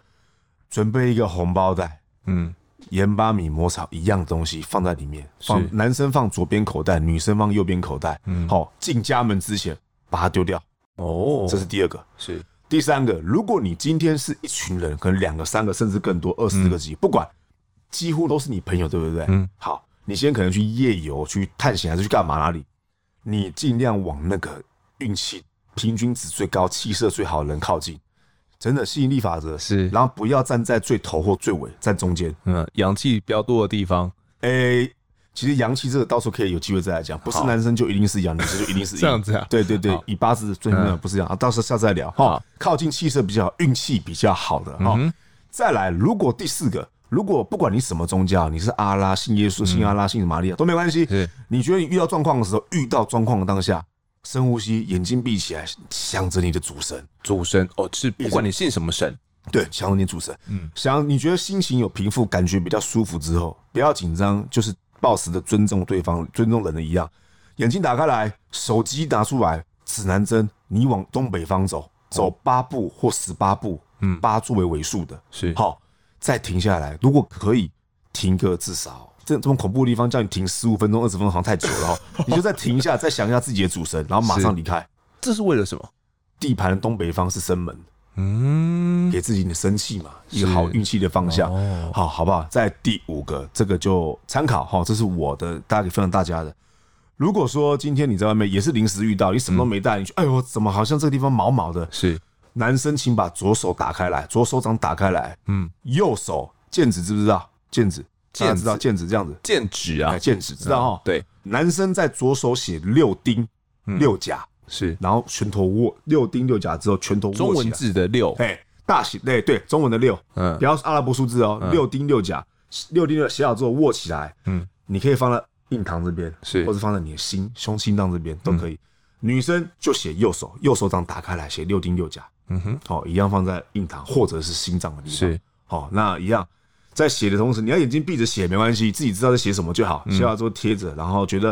Speaker 3: 准备一个红包袋，
Speaker 1: 嗯
Speaker 3: 盐巴米魔草一样的东西放在里面，放男生放左边口袋，女生放右边口袋。
Speaker 1: 嗯
Speaker 3: 好，进家门之前把它丢掉，
Speaker 1: 哦
Speaker 3: 这是第二个。
Speaker 1: 是
Speaker 3: 第三个，如果你今天是一群人，可能两个、三个，甚至更多，二十个级，不管，几乎都是你朋友，对不对？
Speaker 1: 嗯。
Speaker 3: 好，你先可能去夜游、去探险，还是去干嘛哪里？你尽量往那个运气平均值最高、气色最好的人靠近。真的吸引力法则
Speaker 1: 是
Speaker 3: 然后不要站在最头或最尾，站中间。
Speaker 1: 嗯氧气比较多的地方。
Speaker 3: 诶、其实阳气这个到时候可以有机会再来讲，不是男生就一定是阳，女生就一定
Speaker 1: <laughs>
Speaker 3: 是阴
Speaker 1: 这样子啊
Speaker 3: 对对对
Speaker 1: 好，嗯
Speaker 3: 以八字最重要不是阳、啊，到时候下次再聊哈
Speaker 1: 好。
Speaker 3: 靠近气色比较好，运气比较好的哈、
Speaker 1: 嗯哼
Speaker 3: 再来，如果第四个，如果不管你什么宗教，你是阿拉、信耶稣、信阿拉、信玛利亚都没关系
Speaker 1: 嗯是。
Speaker 3: 你觉得你遇到状况的时候，遇到状况的当下，深呼吸，眼睛闭起来，想着你的主神。
Speaker 1: 主神哦，是不管你信什么神，
Speaker 3: 对，想要你主神，嗯，想你觉得心情有平复，感觉比较舒服之后，不要紧张，就是保持的尊重对方、尊重人的一样，眼睛打开来，手机拿出来，指南针，你往东北方走，走八步或十八步，嗯，八作为尾数的，
Speaker 1: 是
Speaker 3: 好，再停下来，如果可以停个至少。这这么恐怖的地方，叫你停十五分钟、二十分钟，好像太久了、哦。 <laughs> 你就再停一下，再想一下自己的主神，然后马上离开。
Speaker 1: 这是为了什么？
Speaker 3: 地盘的东北方是生门，
Speaker 1: 嗯，哦
Speaker 3: 给自己的生气嘛，一个好运气的方向。好，好不好？在第五个，这个就参考哈，这是我的，大家可以分享大家的。如果说今天你在外面也是临时遇到，你什么都没带，你去，
Speaker 1: 嗯
Speaker 3: 哎呦，怎么好像这个地方毛毛的？
Speaker 1: 是
Speaker 3: 男生请把左手打开来，左手掌打开来，
Speaker 1: 嗯
Speaker 3: 嗯，右手剑指知不知道？剑指，
Speaker 1: 剑指
Speaker 3: 大家知道剑指这样子，
Speaker 1: 剑指啊
Speaker 3: 哎，，剑指知道哈？
Speaker 1: 对，嗯
Speaker 3: 男生在左手写六丁六甲，
Speaker 1: 是
Speaker 3: 然后拳头握六丁六甲之后，拳头握起来
Speaker 1: 中文字的六，
Speaker 3: 哎，大写对对，中文的六，
Speaker 1: 嗯
Speaker 3: 不要是阿拉伯数字哦，六丁六甲，六丁六甲写好之后握起来，
Speaker 1: 嗯
Speaker 3: 嗯，你可以放在印堂这边，
Speaker 1: 是嗯
Speaker 3: 或者放在你的心胸心脏这边都可以。女生就写右手，右手掌打开来写六丁六甲，
Speaker 1: 嗯哼，
Speaker 3: 哦，一样放在印堂或者是心脏的地方，
Speaker 1: 是，
Speaker 3: 哦，那一样。在写的同时，你要眼睛闭着写没关系，自己知道在写什么就好。
Speaker 1: 嗯
Speaker 3: 写好之后贴着，然后觉得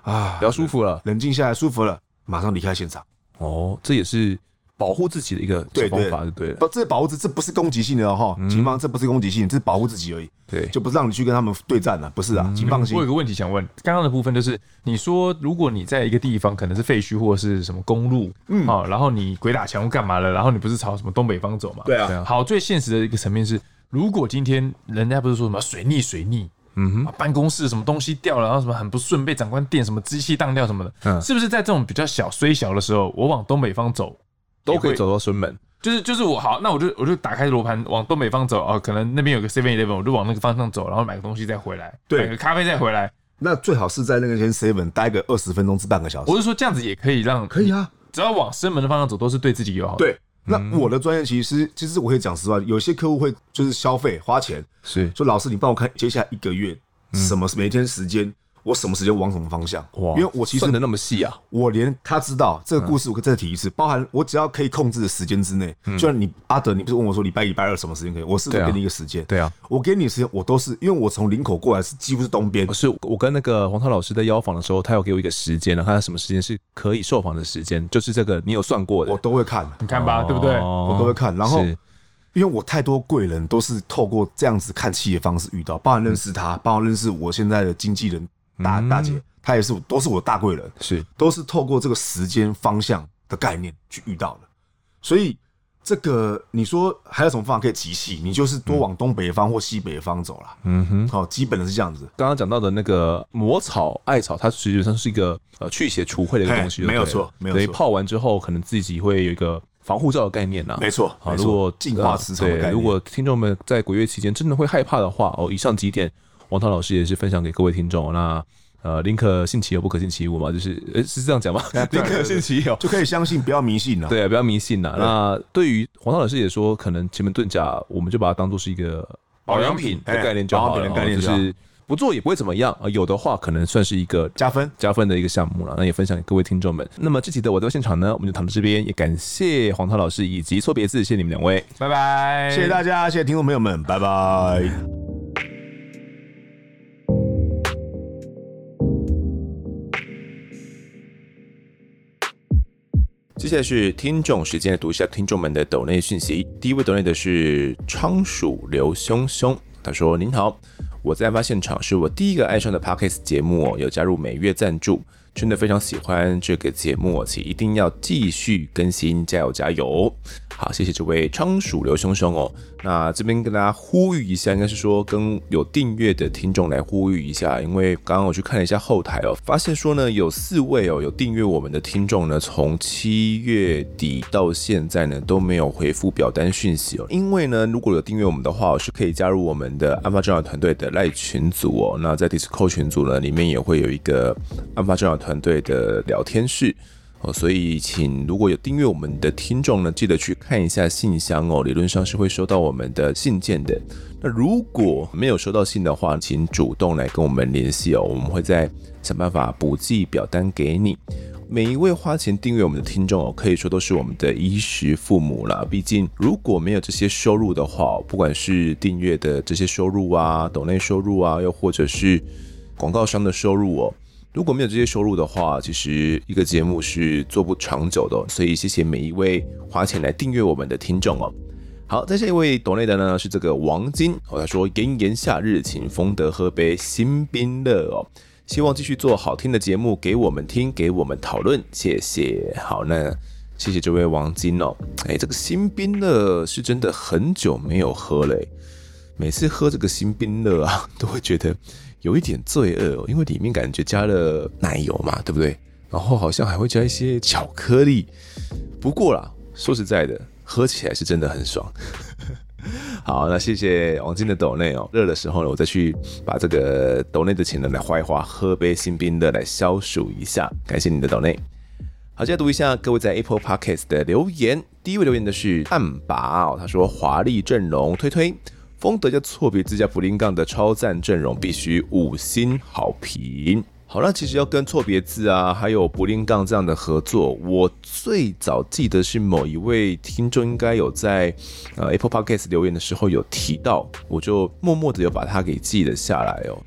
Speaker 3: 啊
Speaker 1: 比，较舒服了。
Speaker 3: 冷静下来，舒服了，马上离开现场。
Speaker 1: 哦，这也是保护自己的一个小
Speaker 3: 对
Speaker 1: 方
Speaker 3: 对
Speaker 1: 法，就对了。
Speaker 3: 不，这保护自这不是攻击性的哦，哈，警方这不是攻击性，这是保护自己而已，
Speaker 1: 对，嗯
Speaker 3: 就不是让你去跟他们对战了，不是啊，请放心
Speaker 2: 我有。个问题想问，刚刚的部分就是你说，如果你在一个地方可能是废墟或是什么公路，嗯，哦，然后你鬼打墙或干嘛了，然后你不是朝什么东北方走嘛？
Speaker 3: 对啊
Speaker 1: 对啊
Speaker 2: 好，最现实的一个层面是，如果今天人家不是说什么水逆水逆，嗯哼，办公室什么东西掉了，然后什么很不顺被长官电什么机器当掉什么的，
Speaker 1: 嗯
Speaker 2: 是不是在这种比较小虽小的时候，我往东北方走
Speaker 1: 都可以
Speaker 2: 也会
Speaker 1: 走到孙门。
Speaker 2: 就是就是我好，那我就我就打开罗盘往东北方走哦，可能那边有个 Seven Eleven，我就往那个方向走，然后买个东西再回来，
Speaker 3: 对
Speaker 2: 买个咖啡再回来。
Speaker 3: 那最好是在那个
Speaker 1: 嗯
Speaker 3: 先 seven 待个二十分钟至半个小时
Speaker 2: 我，是说这样子也可以让，
Speaker 3: 可以啊。
Speaker 2: 只要往生门的方向走，都是对自己友好的。，
Speaker 3: 对，那我的专业其实其实我可以讲实话，有些客户会就是消费花钱，
Speaker 1: 是
Speaker 3: 说老师你帮我看接下来一个月什么每天时间，我什么时间往什么方向，
Speaker 1: 哇，
Speaker 3: 因为我其实
Speaker 1: 算的那么细啊，
Speaker 3: 我连他知道这个故事，我再提一
Speaker 1: 嗯
Speaker 3: 次，包含我只要可以控制的时间之内，就像你阿德，你不是问我说礼拜一、礼拜二什么时间可以？我是不
Speaker 1: 对
Speaker 3: 是
Speaker 1: 啊
Speaker 3: 给你一个时间？
Speaker 1: 对啊，
Speaker 3: 我给你的时间，我都是因为我从林口过来是几乎是东边
Speaker 1: 不，哦是我跟那个黄涛老师在邀访的时候，他有给我一个时间了，看什么时间是可以受访的时间，就是这个你有算过的，
Speaker 3: 我啊都会看，
Speaker 2: 你看吧，对不对？
Speaker 1: 哦
Speaker 3: 我都会看。然后
Speaker 1: 是
Speaker 3: 因为我太多贵人都是透过这样子看戏的方式遇到，包含认识他，
Speaker 1: 嗯
Speaker 3: 包含认识我现在的经纪人大大姐，她也是我都是我的大贵人，
Speaker 1: 是
Speaker 3: 都是透过这个时间方向的概念去遇到的。所以这个你说还有什么方法可以集气？你就是多往东北方或西北方走啦。
Speaker 1: 嗯哼。
Speaker 3: 好、基本的是这样子。
Speaker 1: 刚刚讲到的那个魔草、艾草，它实际上是一个呃去邪除秽的一个
Speaker 3: 嘿
Speaker 1: 东西，
Speaker 3: 没有
Speaker 1: 对不对
Speaker 3: 错没有
Speaker 1: 等于
Speaker 3: 错
Speaker 1: 泡完之后，可能自己会有一个防护罩的概念呐、啊。
Speaker 3: 没错，
Speaker 1: 好，
Speaker 3: 没
Speaker 1: 如
Speaker 3: 错
Speaker 1: 果
Speaker 3: 进
Speaker 1: 呃
Speaker 3: 化磁场的概
Speaker 1: 对，
Speaker 3: 念，
Speaker 1: 如果听众们在鬼月期间真的会害怕的话，哦，以上几点，王涛老师也是分享给各位听众。那呃，宁可信其有，不可信其无嘛，就是呃是这样讲吗？
Speaker 3: 哎
Speaker 1: 宁可信其有，
Speaker 3: 就可以相信，不要迷信啊了。，
Speaker 1: 对，不要迷信啦。那对于黄涛老师也说，可能前门遁甲，我们就把它当做是一个保养品的
Speaker 3: 哎
Speaker 1: 概念就
Speaker 3: 保
Speaker 1: 好了，
Speaker 3: 养品的概念
Speaker 1: 哦
Speaker 3: 就好
Speaker 1: 就是不做也不会怎么样啊。有的话，可能算是一个
Speaker 3: 加分。
Speaker 1: 加分的一个项目了，那也分享给各位听众们。那么这期的我在现场呢，我们就谈到这边，也感谢黄涛老师以及错别字，谢谢你们两位。
Speaker 2: 拜拜，
Speaker 3: 谢谢大家，谢谢听众朋友们，拜拜。
Speaker 1: 接下来是听众时间，来读一下听众们的抖内讯息。第一位抖内的是仓鼠刘兄兄，他说：“您好，我在案发现场是我第一个爱上的 Podcast 节目哦，有加入每月赞助，真的非常喜欢这个节目哦，且一定要继续更新，加油加油！”好，谢谢这位仓鼠刘兄兄哦。那这边跟大家呼吁一下，应该是说跟有订阅的听众来呼吁一下，因为刚刚我去看了一下后台哦，发现说呢有四位哦有订阅我们的听众呢，从七月底到现在呢都没有回复表单讯息哦。因为呢如果有订阅我们的话、哦，是可以加入我们的案发重要团队的赖群组哦。那在 Discord 群组呢里面也会有一个案发重要团队的聊天室。哦，所以请如果有订阅我们的听众呢，记得去看一下信箱哦，理论上是会收到我们的信件的。那如果没有收到信的话，请主动来跟我们联系哦，我们会再想办法补寄表单给你。每一位花钱订阅我们的听众哦，可以说都是我们的衣食父母啦。毕竟如果没有这些收入的话，不管是订阅的这些收入啊、抖内收入啊，又或者是广告商的收入哦，如果没有这些收入的话，其实一个节目是做不长久的哦、所以谢谢每一位花钱来订阅我们的听众哦。好，在下一位懂内的呢是这个王金，哦，他说炎炎夏日，请风德喝杯新冰乐哦。希望继续做好听的节目给我们听，给我们讨论，谢谢。好，那谢谢这位王金哦。哎，这个新冰乐是真的很久没有喝了、哎每次喝这个新冰乐啊， <laughs> 都会觉得有一点罪恶、哦，因为里面感觉加了奶油嘛，对不对？然后好像还会加一些巧克力。不过啦，说实在的，喝起来是真的很爽。 <laughs> 好，那谢谢王金的斗内哦。热的时候呢，我再去把这个斗内的钱呢来花一花，喝杯新冰的来消暑一下。感谢你的斗内。好，接下来读一下各位在 Apple Podcast 的留言。第一位留言的是暗拔哦，他说华丽阵容推推，丰德加错别字加布林杠的超赞阵容必须五星好评。好，那其实要跟错别字啊，还有布林杠这样的合作，我最早记得是某一位听众应该有在呃 Apple Podcast 留言的时候有提到，我就默默的有把它给记了下来哦。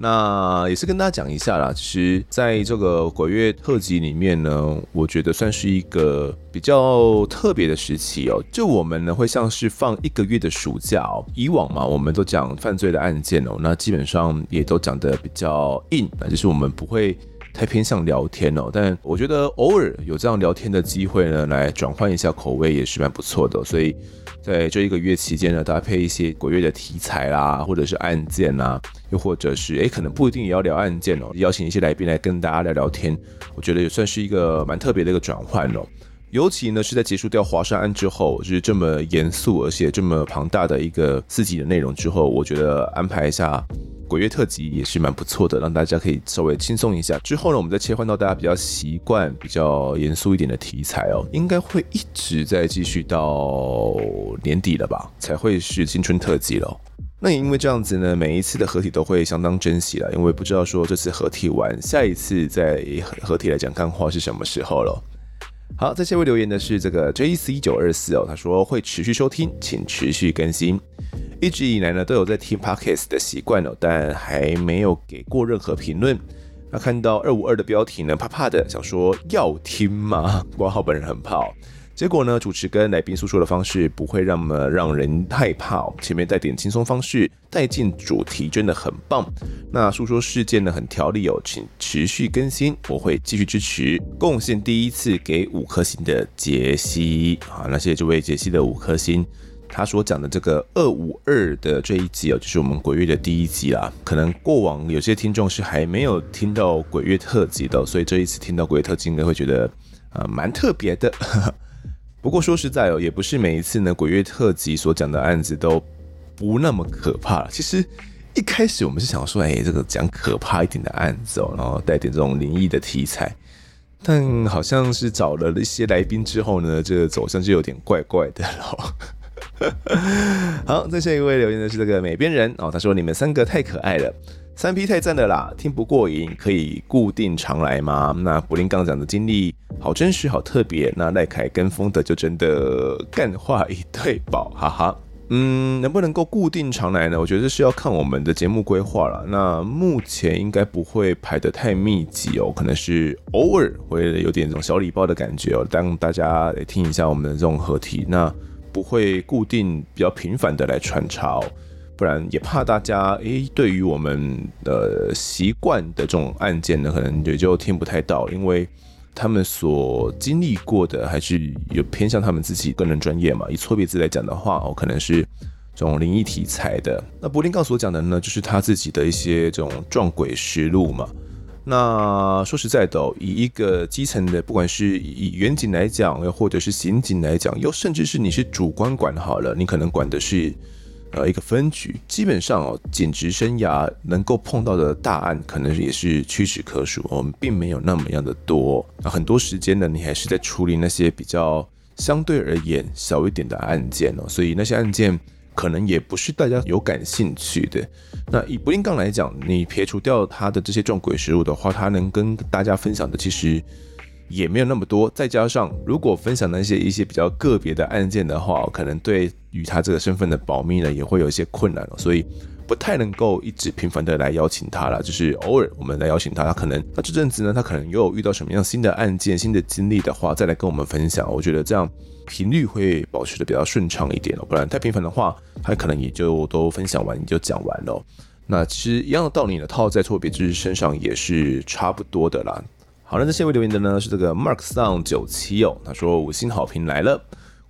Speaker 1: 那也是跟大家讲一下啦，其实在这个鬼月特辑里面呢，我觉得算是一个比较特别的时期哦。就我们呢会像是放一个月的暑假哦，以往嘛我们都讲犯罪的案件哦，那基本上也都讲的比较硬，那就是我们不会。太偏向聊天哦，但我觉得偶尔有这样聊天的机会呢，来转换一下口味也是蛮不错的哦。所以在这一个月期间呢，搭配一些鬼月的题材啦，或者是案件啦，又或者是诶、可能不一定也要聊案件哦，邀请一些来宾来跟大家聊聊天，我觉得也算是一个蛮特别的一个转换哦。尤其呢是在结束掉华山案之后，就是这么严肃而且这么庞大的一个四集的内容之后，我觉得安排一下鬼月特辑也是蛮不错的，让大家可以稍微轻松一下。之后呢，我们再切换到大家比较习惯、比较严肃一点的题材哦，应该会一直在继续到年底了吧，才会是青春特辑了。那也因为这样子呢，每一次的合体都会相当珍惜了，因为不知道说这次合体完，下一次再合合体来讲干话是什么时候了。好，在下一位留言的是这个 J C 九二四哦，他说会持续收听，请持续更新。一直以来呢都有在听 podcast 的习惯哦，但还没有给过任何评论。那看到二五二的标题呢，怕怕的想说要听吗？ <laughs> 挂号本人很怕哦、结果呢，主持跟来宾诉说的方式不会那么让人害怕哦，前面带点轻松方式，带进主题真的很棒。那诉说事件呢很条理哦，请持续更新，我会继续支持。贡献第一次给五颗星的杰西啊，那谢谢这位杰西的五颗星。他所讲的这个二五二的这一集哦，就是我们鬼月的第一集啦。可能过往有些听众是还没有听到鬼月特辑的哦，所以这一次听到鬼月特辑应该会觉得呃蛮特别的。 <laughs> 不过说实在哦，也不是每一次呢鬼月特辑所讲的案子都不那么可怕了。其实一开始我们是想说，哎、这个讲可怕一点的案子哦，然后带点这种灵异的题材。但好像是找了一些来宾之后呢，这个走向就有点怪怪的了。好，再下一位留言的是这个美边人哦，他说你们三个太可爱了，三 P 太赞了啦，听不过瘾，可以固定常来吗？那柏林杠讲的经历好真实，好特别。那赖凯跟风德就真的干话一对宝，哈哈。嗯，能不能够固定常来呢？我觉得这是要看我们的节目规划了。那目前应该不会排得太密集哦，可能是偶尔会有点这种小礼包的感觉哦，让大家来听一下我们的这种合体。那不会固定比较频繁的来穿插哦，不然也怕大家诶、对于我们的习惯的这种案件呢，可能也就听不太到，因为他们所经历过的还是有偏向他们自己个人专业嘛。以错别字来讲的话，哦，可能是这种灵异题材的。那柏林告所讲的呢，就是他自己的一些这种撞鬼实录嘛。那说实在的、哦，以一个基层的，不管是以远景来讲，又或者是刑警来讲，又甚至是你是主观管好了，你可能管的是呃一个分局，基本上哦，警职生涯能够碰到的大案，可能也是屈指可数，我、们并没有那么样的多。那很多时间呢，你还是在处理那些比较相对而言小一点的案件哦，所以那些案件。可能也不是大家有感兴趣的。那以不定杠来讲，你撇除掉它的这些撞鬼实物的话，它能跟大家分享的其实也没有那么多。再加上如果分享那些一些比较个别的案件的话，可能对于他这个身份的保密呢，也会有一些困难、哦。所以不太能够一直频繁的来邀请他了，就是偶尔我们来邀请他，他可能那这阵子呢，他可能又有遇到什么样新的案件、新的经历的话，再来跟我们分享。我觉得这样频率会保持的比较顺畅一点哦，不然太频繁的话，他可能也就都分享完，你就讲完了哦。那其实一样的道理呢，套在错别字身上也是差不多的啦。好，那这下一位留言的呢是这个 Mark Song 九七哦，他说五星好评来了，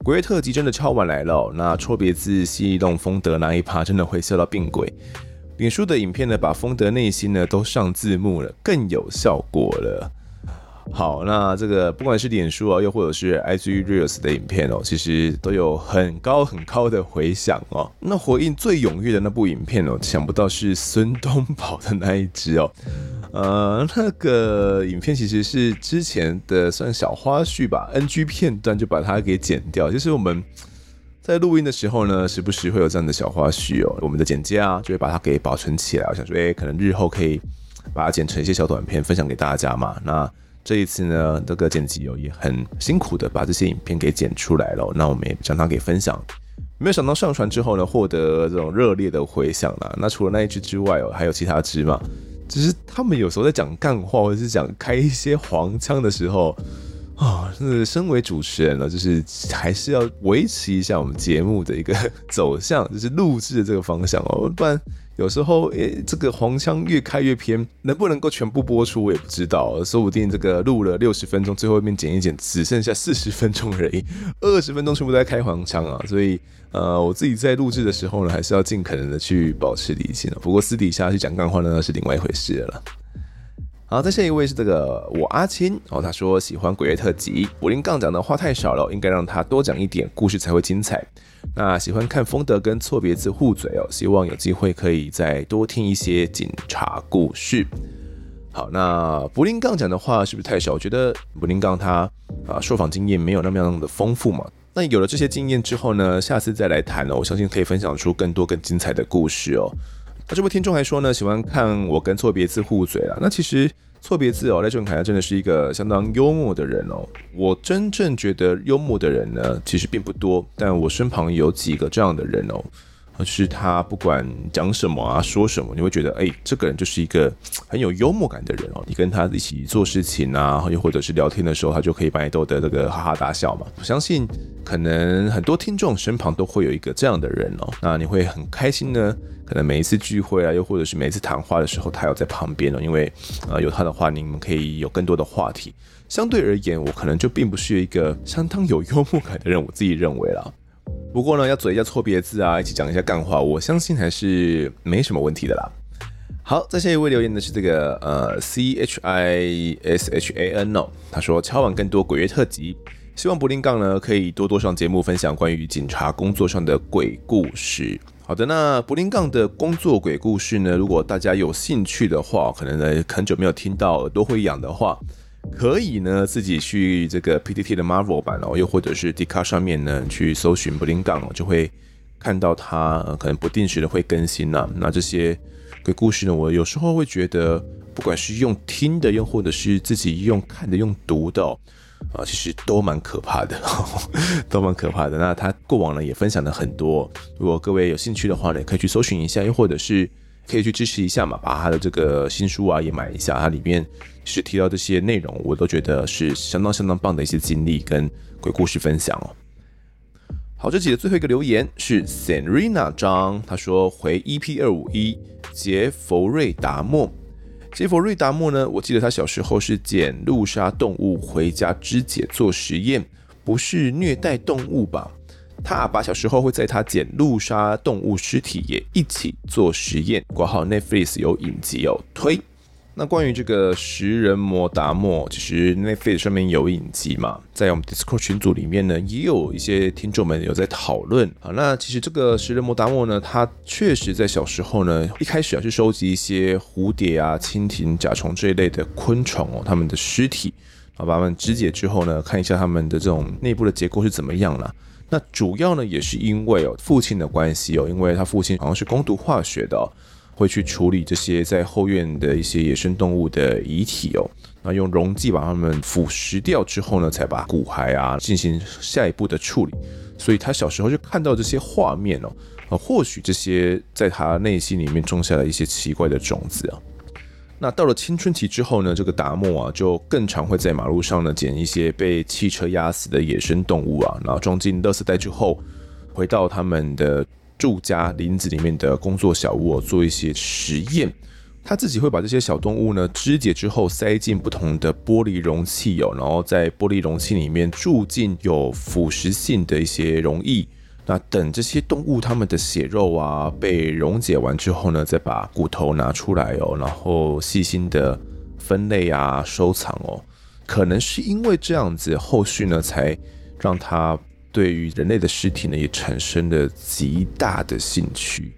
Speaker 1: 鬼月特辑真的超晚来了哦、那错别字西一动风德那一趴真的会笑到变鬼。脸书的影片呢，把风德内心呢都上字幕了，更有效果了。好，那这个不管是脸书啊，又或者是 IG Reels 的影片哦，其实都有很高很高的回响哦。那回应最踊跃的那部影片哦，想不到是孙东宝的那一支哦。呃，那个影片其实是之前的算小花絮吧，NG 片段就把它给剪掉，就是我们。在录音的时候呢，时不时会有这样的小花絮哦，我们的剪接啊，就会把它给保存起来。我想说，哎、可能日后可以把它剪成一些小短片分享给大家嘛。那这一次呢，这个剪辑哦也很辛苦的把这些影片给剪出来了哦，那我们也将它给分享。没有想到上传之后呢，获得这种热烈的回响啦。那除了那一支之外哦，还有其他支嘛。只是他们有时候在讲干话或者是讲开一些黄腔的时候，啊，真的身为主持人了，就是还是要维持一下我们节目的一个 <laughs> 走向，就是录制的这个方向哦，不然有时候诶、这个黄腔越开越偏，能不能够全部播出我也不知道哦，说不定这个录了六十分钟，最后一面剪一剪，只剩下四十分钟而已，二十分钟全部都在开黄腔啊，所以。呃，我自己在录制的时候呢，还是要尽可能的去保持理性哦不过私底下去讲干话呢，那是另外一回事了啦。好，再下一位是这个我阿青哦，他说喜欢鬼月特辑，柏林杠讲的话太少了，应该让他多讲一点，故事才会精彩。那喜欢看风德跟错别字互嘴哦，希望有机会可以再多听一些警察故事。好，那柏林杠讲的话是不是太少？我觉得柏林杠他啊受访经验没有那么样的丰富嘛。那有了这些经验之后呢，下次再来谈哦，我相信可以分享出更多更精彩的故事哦。那这位听众还说呢，喜欢看我跟错别字互嘴啊。那其实错别字哦，赖正凯他真的是一个相当幽默的人哦。我真正觉得幽默的人呢，其实并不多，但我身旁有几个这样的人哦。就是他不管讲什么啊，说什么，你会觉得，哎、这个人就是一个很有幽默感的人哦。你跟他一起做事情啊，又或者是聊天的时候，他就可以把你逗得这个哈哈大笑嘛。我相信，可能很多听众身旁都会有一个这样的人哦。那你会很开心呢。可能每一次聚会啊，又或者是每一次谈话的时候，他有在旁边哦，因为呃有他的话，你们可以有更多的话题。相对而言，我可能就并不是一个相当有幽默感的人，我自己认为啦。不过呢，要嘴一下错别字啊，一起讲一下干话，我相信还是没什么问题的啦。好，再下一位留言的是这个呃 C H I S H A N 哦，他说敲完更多鬼月特辑，希望柏林杠呢可以多多上节目分享关于警察工作上的鬼故事。好的，那柏林杠的工作鬼故事呢，如果大家有兴趣的话，可能呢很久没有听到耳朵会痒的话，可以呢自己去这个 PTT 的 Marvel 版哦，又或者是 d c a r 上面呢去搜寻 b l i n g 哦，就会看到它、呃可能不定时的会更新啦、那这些鬼故事呢，我有时候会觉得，不管是用听的，又或者是自己用看的、用读的、哦。啊，其实都蛮可怕的， <laughs> 都蛮可怕的。那他过往呢也分享了很多，如果各位有兴趣的话呢，可以去搜寻一下，又或者是可以去支持一下嘛，把他的这个新书啊也买一下。它里面其实提到这些内容，我都觉得是相当相当棒的一些经历跟鬼故事分享哦。好，这集的最后一个留言是 Serena 张，他说回 EP 二五一杰佛瑞达莫。杰佛瑞达莫呢，我记得他小时候是捡路杀动物回家肢解做实验，不是虐待动物吧？他阿爸小时候会在他捡路杀动物尸体也一起做实验。挂号 Netflix 有影集哦，推。那关于这个食人魔达莫，其实 Netflix 上面有影集嘛，在我们 Discord 群组里面呢，也有一些听众们有在讨论啊。那其实这个食人魔达莫呢，他确实在小时候呢，一开始啊去收集一些蝴蝶啊、蜻蜓、甲虫这一类的昆虫哦，它们的尸体，啊，把它们肢解之后呢，看一下它们的这种内部的结构是怎么样啦。那主要呢，也是因为哦父亲的关系哦，因为他父亲好像是攻读化学的、哦，会去处理这些在后院的一些野生动物的遗体哦。那用溶剂把它们腐蚀掉之后呢，才把骨骸啊进行下一步的处理。所以他小时候就看到这些画面哦，呃，或许这些在他内心里面种下了一些奇怪的种子啊。那到了青春期之后呢，这个达莫啊，就更常会在马路上呢捡一些被汽车压死的野生动物啊，然后装进垃圾袋之后，回到他们的住家林子里面的工作小屋、啊做一些实验。他自己会把这些小动物呢肢解之后塞进不同的玻璃容器哦，然后在玻璃容器里面注进有腐蚀性的一些溶液。那等这些动物它们的血肉啊被溶解完之后呢，再把骨头拿出来哦，然后细心的分类啊收藏哦。可能是因为这样子，后续呢才让他对于人类的尸体呢也产生了极大的兴趣。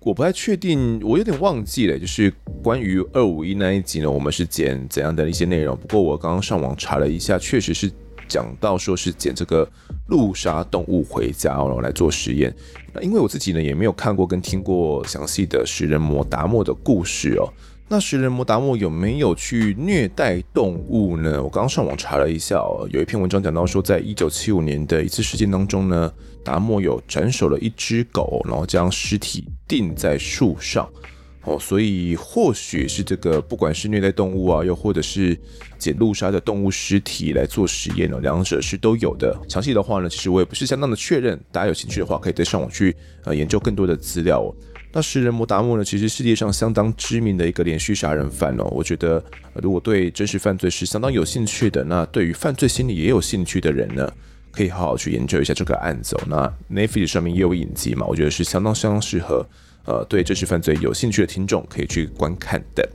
Speaker 1: 我不太确定，我有点忘记了，就是关于二五一那一集呢，我们是剪怎样的一些内容。不过我刚刚上网查了一下，确实是讲到说是捡这个路杀动物回家哦，然后来做实验。那因为我自己呢也没有看过跟听过详细的食人魔达莫的故事哦。那食人魔达莫有没有去虐待动物呢？我刚刚上网查了一下哦，有一篇文章讲到说，在一九七五年的一次事件当中呢，达莫有斩首了一只狗，然后将尸体钉在树上。哦，所以或许是这个，不管是虐待动物啊，又或者是捡路杀的动物尸体来做实验哦，两者是都有的。详细的话呢，其实我也不是相当的确认，大家有兴趣的话，可以再上网去呃研究更多的资料哦。那食人魔达莫呢，其实世界上相当知名的一个连续杀人犯哦。我觉得，呃如果对真实犯罪是相当有兴趣的，那对于犯罪心理也有兴趣的人呢，可以好好去研究一下这个案子哦。那 Netflix 上面也有影集嘛，我觉得是相当相当适合，呃，对真实犯罪有兴趣的听众可以去观看的。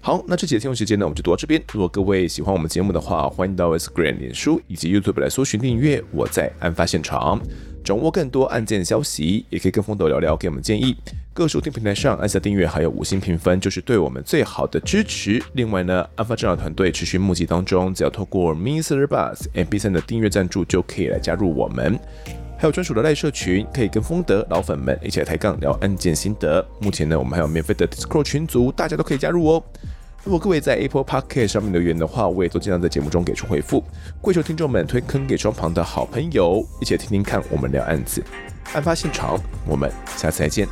Speaker 1: 好，那这期的听众时间呢，我们就读到这边。如果各位喜欢我们节目的话，欢迎到 S Green 脸书以及 YouTube 来搜寻订阅。我在案发现场，掌握更多案件消息，也可以跟风斗聊聊，给我们建议。各收听平台上按下订阅，还有五星评分，就是对我们最好的支持。另外呢，案发现场团队持续募集当中，只要透过 Mr. Buzz MP 三的订阅赞助，就可以来加入我们。还有专属的赖社群，可以跟风德老粉们一起来抬杠聊案件心得。目前呢，我们还有免费的 Discord 群组，大家都可以加入哦。如果各位在 Apple Podcast 上面留言的话，我也都尽量在节目中给出回复。跪求听众们推坑给双旁的好朋友，一起来听听看我们聊案子、案发现场。我们下次再见，